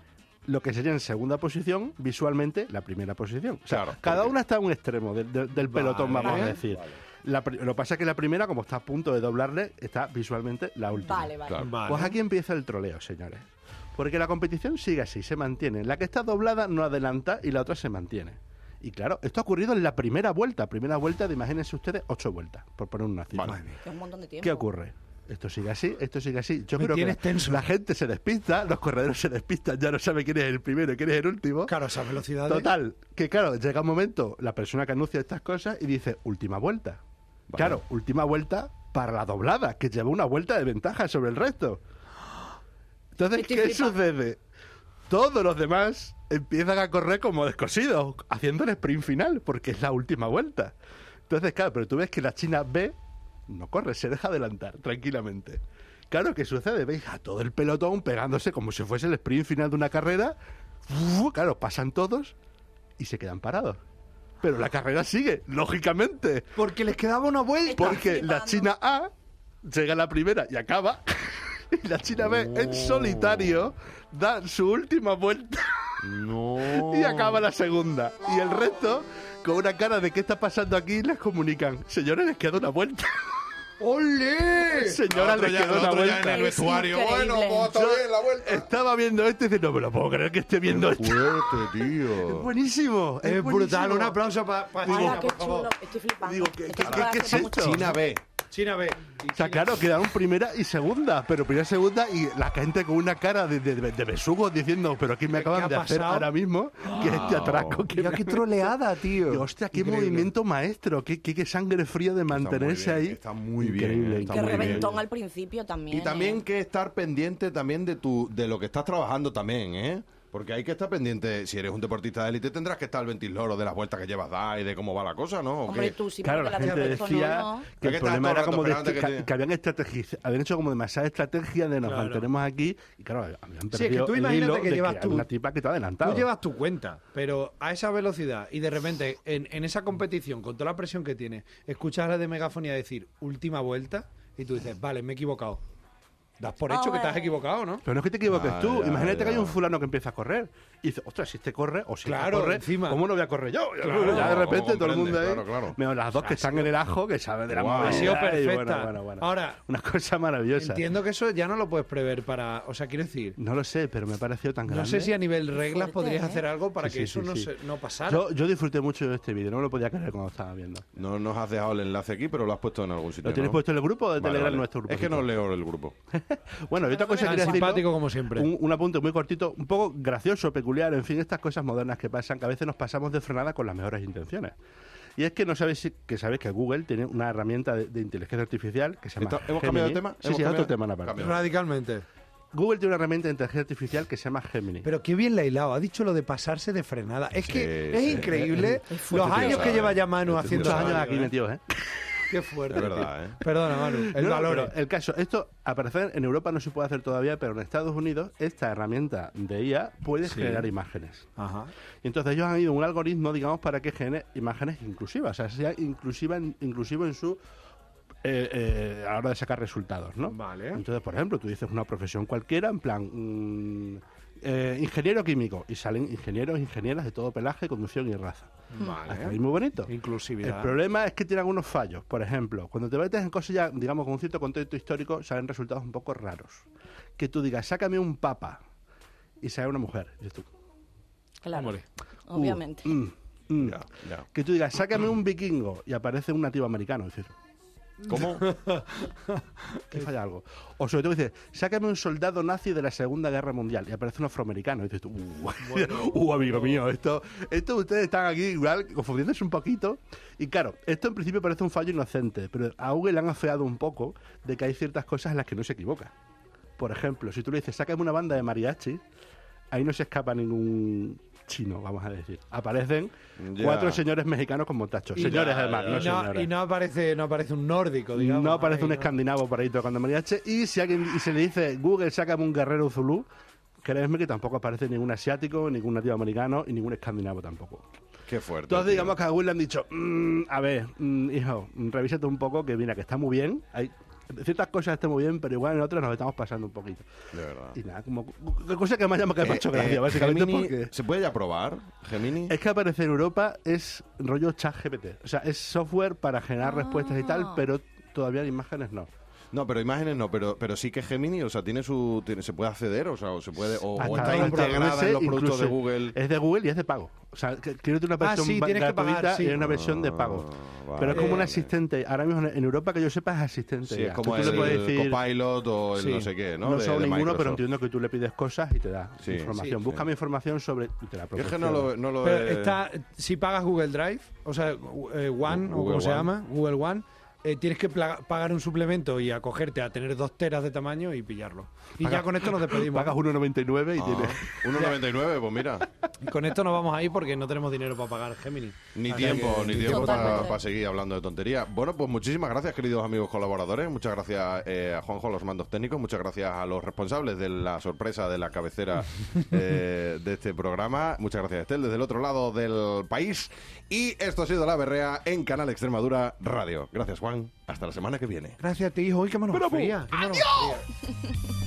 S7: lo que sería en segunda posición, visualmente la primera posición. O sea,
S4: Claro,
S7: cada
S4: porque-
S7: una está a un extremo del, del- del pelotón,
S5: Vale.
S7: vamos a decir. La pri- lo que pasa es que la primera, como está a punto de doblarle, está visualmente la última.
S6: Vale, vale.
S4: Claro.
S5: Vale.
S7: Pues aquí empieza el troleo, señores. Porque la competición sigue así, se mantiene. La que está doblada no adelanta y la otra se mantiene. Y claro, esto ha ocurrido en la primera vuelta. Primera vuelta de, imagínense ustedes, ocho vueltas, por poner una cifra.
S6: Es un montón de tiempo.
S7: ¿Qué ocurre? Esto sigue así, esto sigue así. Yo
S5: Me
S7: creo que
S5: tienes
S7: la,
S5: tenso.
S7: la gente se despista, los corredores se despistan, ya no sabe quién es el primero y quién es el último.
S5: Claro, esa velocidad. de-
S7: Total, que claro, llega un momento, la persona que anuncia estas cosas y dice, última vuelta. Claro, última vuelta para la doblada, que lleva una vuelta de ventaja sobre el resto. Entonces,
S12: Estoy
S7: ¿qué
S12: flipando.
S7: sucede? Todos los demás empiezan a correr como descosidos, haciendo el sprint final, porque es la última vuelta. Entonces, claro, pero tú ves que la China B no corre, se deja adelantar tranquilamente. Claro, ¿qué sucede? Veis a todo el pelotón pegándose como si fuese el sprint final de una carrera. Uf, Claro, pasan todos y se quedan parados. Pero la carrera sigue, lógicamente.
S5: Porque les quedaba una vuelta.
S7: Porque la China A llega a la primera y acaba. Y la China B
S4: Oh.
S7: en solitario da su última vuelta. Y acaba la segunda. Y el resto, con una cara de qué está pasando aquí, les comunican. Señores, les queda una vuelta.
S5: ¡Ole!
S7: Señora,
S4: Otro
S7: les
S4: ya-
S7: queda una
S4: otro ya
S7: vuelta.
S4: en el vestuario. Es Bueno, increíble. pues, está
S7: Yo
S4: bien la vuelta.
S7: Estaba viendo esto y dice, no me lo puedo creer que esté viendo esto. Es buenísimo.
S5: Es, brutal.
S7: buenísimo.
S5: Un aplauso para China, por favor.
S6: Estoy flipando.
S5: Digo,
S6: ¿qué,
S7: qué es esto? China B.
S5: China B.
S7: O sea, claro, quedaron primera y segunda, pero primera y segunda y la gente con una cara de, de, de besugo diciendo, pero aquí me acaban
S5: ha
S7: de hacer
S5: pasado?
S7: ahora mismo que este atraco. Que
S14: Mira
S7: me
S14: qué
S7: han-
S14: troleada, tío.
S7: Digo, hostia, qué
S14: Increíble.
S7: movimiento maestro, qué, qué, qué sangre fría de mantenerse ahí. Está
S4: muy bien, está
S6: Qué
S4: muy bien.
S6: reventón al principio también.
S4: Y también
S6: ¿eh?
S4: que estar pendiente también de tu de lo que estás trabajando también, ¿eh? Porque hay que estar pendiente, si eres un deportista de élite tendrás que estar al ventiloro de las vueltas que llevas da y de cómo va la cosa, ¿no? ¿O
S6: Hombre,
S4: qué?
S6: tú, si
S7: Claro, la gente decía que el problema era como de, que, que habían estrategiz- habían hecho como demasiada estrategia de nos
S5: Claro.
S7: mantenemos aquí y claro, habían perdido
S5: Sí, es que tú
S7: el
S5: imagínate
S7: hilo
S5: que
S7: de
S5: llevas
S7: hay
S5: tú-
S7: una tipa que te ha adelantado.
S5: Tú llevas tu cuenta, pero a esa velocidad y de repente en, en esa competición, con toda la presión que tiene, escuchas a la de megafonía decir última vuelta y tú dices, vale, me he equivocado. Das por hecho que te has equivocado, ¿no?
S7: Pero no es que te equivoques
S5: Ah,
S7: tú.
S5: ya,
S7: Imagínate que
S5: ya.
S7: hay un fulano que empieza a correr y dice, ostras, si este corre o si este
S5: Claro,
S7: corre,
S5: encima.
S7: ¿cómo no voy a correr yo?
S5: Claro.
S7: ya de repente
S5: ¿Cómo
S7: todo el mundo ahí.
S5: comprende? Claro, claro.
S7: Menos las dos que están en el ajo, que saben de la
S5: Guau. Ha
S7: movilidad
S5: sido
S7: y
S5: perfecta.
S7: bueno, bueno, bueno.
S5: Ahora-
S7: Una cosa maravillosa.
S5: Entiendo que eso ya no lo puedes prever para. O sea, quiero decir,
S7: No lo sé, pero me ha parecido tan grande.
S5: no sé si a nivel reglas podrías hacer algo para
S7: Sí,
S5: que
S7: sí,
S5: eso
S7: sí,
S5: no,
S7: sí.
S5: se- no pasara.
S7: Yo, yo disfruté mucho de este vídeo, no me lo podía creer cuando estaba viendo.
S4: No nos has dejado el enlace aquí, pero lo has puesto en algún sitio.
S7: ¿Lo tienes
S4: ¿no?
S7: puesto en el grupo de
S4: Vale,
S7: Telegram
S4: vale.
S7: nuestro grupo?
S4: Es que no leo el grupo.
S7: Bueno, y otra cosa que
S5: Tan
S7: quería decir.
S5: simpático como siempre.
S7: Un, un apunte muy cortito, un poco gracioso, peculiar, en fin, estas cosas modernas que pasan, que a veces nos pasamos de frenada con las mejores intenciones. Y es que no sabéis si- que sabéis que Google tiene una herramienta de, de inteligencia artificial que se llama.
S5: Esto- ¿hemos cambiado de
S7: Gemini.
S5: tema?
S7: Sí,
S5: ¿Hemos
S7: sí, es otro
S5: cambiado?
S7: tema en aparte.
S5: Cambiado. Radicalmente.
S7: Google tiene una herramienta de inteligencia artificial que se llama Gemini.
S5: Pero qué bien la ha hilado. Ha dicho lo de pasarse de frenada. Es que es increíble los
S7: Este tío
S5: años que
S7: sabe.
S5: lleva ya Manu
S7: Este tío
S5: haciendo
S7: sabe.
S5: radio,
S7: años aquí
S5: ¿eh?
S7: metidos, ¿eh?
S5: Qué fuerte.
S7: Es verdad, eh.
S4: ¿eh?
S5: tío. Perdona, Manu. El
S7: No, no,
S5: valor.
S7: pero el caso, esto, a parecer, en Europa no se puede hacer todavía, pero en Estados Unidos esta herramienta de IA puede
S5: Sí.
S7: generar imágenes.
S5: Ajá.
S7: Y entonces ellos han ido a un algoritmo, digamos, para que genere imágenes inclusivas, o sea, sea inclusiva en- inclusivo en su... eh, eh, a la hora de sacar resultados, ¿no? Vale. Entonces, por ejemplo, tú dices una profesión cualquiera, en plan... mm, eh, ingeniero químico y salen ingenieros, ingenieras de todo pelaje, conducción y raza. Hasta ahí muy bonito.
S5: Inclusividad.
S7: El problema es que tiene algunos fallos. Por ejemplo, cuando te metes en cosas ya, digamos, con un cierto contexto histórico, salen resultados un poco raros. Que tú digas, sácame un papa y sale una mujer. Dices tú,
S6: Claro,
S7: Hombre.
S6: obviamente.
S7: uh, mm, mm. Que tú digas, sácame un vikingo y aparece un nativo americano. Dices,
S4: ¿Cómo?
S7: que falla algo. O sobre todo dices, sácame un soldado nazi de la Segunda Guerra Mundial y aparece un afroamericano. Y dices tú, uh, uh, amigo mío, esto, esto ustedes están aquí igual confundiéndose un poquito. Y claro, esto en principio parece un fallo inocente, pero a Google le han afeado un poco de que hay ciertas cosas en las que no se equivoca. Por ejemplo, si tú le dices, sácame una banda de mariachi, ahí no se escapa ningún chino, vamos a decir. Aparecen
S4: Ya.
S7: cuatro señores mexicanos con montachos.
S5: Y
S7: Señores,
S5: no-
S7: además,
S5: y
S7: no,
S5: no,
S7: señoras.
S5: y no aparece, no aparece un nórdico, digamos.
S7: No aparece
S5: ahí,
S7: un
S5: ¿no?
S7: escandinavo por ahí tocando mariachi. Y si alguien y se le dice Google, sácame un guerrero zulú, créeme que tampoco aparece ningún asiático, ningún nativo americano y ningún escandinavo tampoco.
S4: Qué fuerte.
S7: Entonces,
S4: tío.
S7: digamos que a Google le han dicho, "Mm, a ver, mm, hijo, mm, revísate un poco, que mira, que está muy bien. Hay ciertas cosas están muy bien, pero igual en otras nos estamos pasando un poquito.
S4: De verdad.
S7: Y nada, como co- cosa que me ha llamado que me ha hecho
S4: Eh,
S7: gracia,
S4: eh,
S7: básicamente
S4: Gemini,
S7: porque... Eh.
S4: ¿Se puede ya probar, Gemini?
S7: Es que aparece en Europa es rollo chat GPT. O sea, es software para generar respuestas y tal, pero todavía en imágenes no.
S4: No, pero imágenes no, pero, pero sí que Gemini, o sea, tiene su, tiene- se puede acceder, o sea, o se puede, o, o está
S7: Hasta ahora, hasta ahora
S4: integrada en los
S7: sé,
S4: productos de
S7: incluso
S4: Google.
S7: Es de Google y es de pago. O sea, que- quiero una
S4: Ah,
S7: versión
S4: sí,
S7: ba-
S4: tienes que pagar,
S7: gratuita
S4: sí.
S7: y una versión de pago. Pero es como un
S4: Ah, vale.
S7: asistente. Ahora mismo en en Europa, que yo sepa, es asistente.
S4: Sí, es
S7: ya.
S4: como
S7: Tú le
S4: el
S7: puedes decir-
S4: Copilot o el no sé qué, ¿no? De-
S7: son
S4: de
S7: ninguno,
S4: Microsoft.
S7: pero entiendo que tú le pides cosas y te da
S4: Sí.
S7: información.
S4: Sí,
S7: Búscame información sobre... Y te la
S4: Es que no lo, no lo
S5: Pero
S4: he-
S5: está, si pagas Google Drive, o sea, eh, One, o como
S4: Google
S5: se
S4: One.
S5: llama, Google One, eh, tienes que pla- pagar un suplemento y acogerte a tener dos teras de tamaño y pillarlo. Y
S4: Paga-
S5: ya con esto nos despedimos.
S4: pagas
S7: 1,99
S4: y tienes- 1,99, pues mira.
S5: Con esto nos vamos a ir porque no tenemos dinero para pagar Gemini.
S4: Ni
S5: Así
S4: tiempo,
S5: que-
S4: ni tiempo para, para seguir hablando de tonterías. Bueno, pues muchísimas gracias, queridos amigos colaboradores. Muchas gracias eh, a Juanjo, a los mandos técnicos. Muchas gracias a los responsables de la sorpresa de la cabecera eh, de este programa. Muchas gracias, Estel, desde el otro lado del país. Y esto ha sido La Berrea en Canal Extremadura Radio. Gracias, Juan. Hasta la semana que viene.
S5: Gracias a ti, hijo. Uy, qué mano fría, qué mano fría.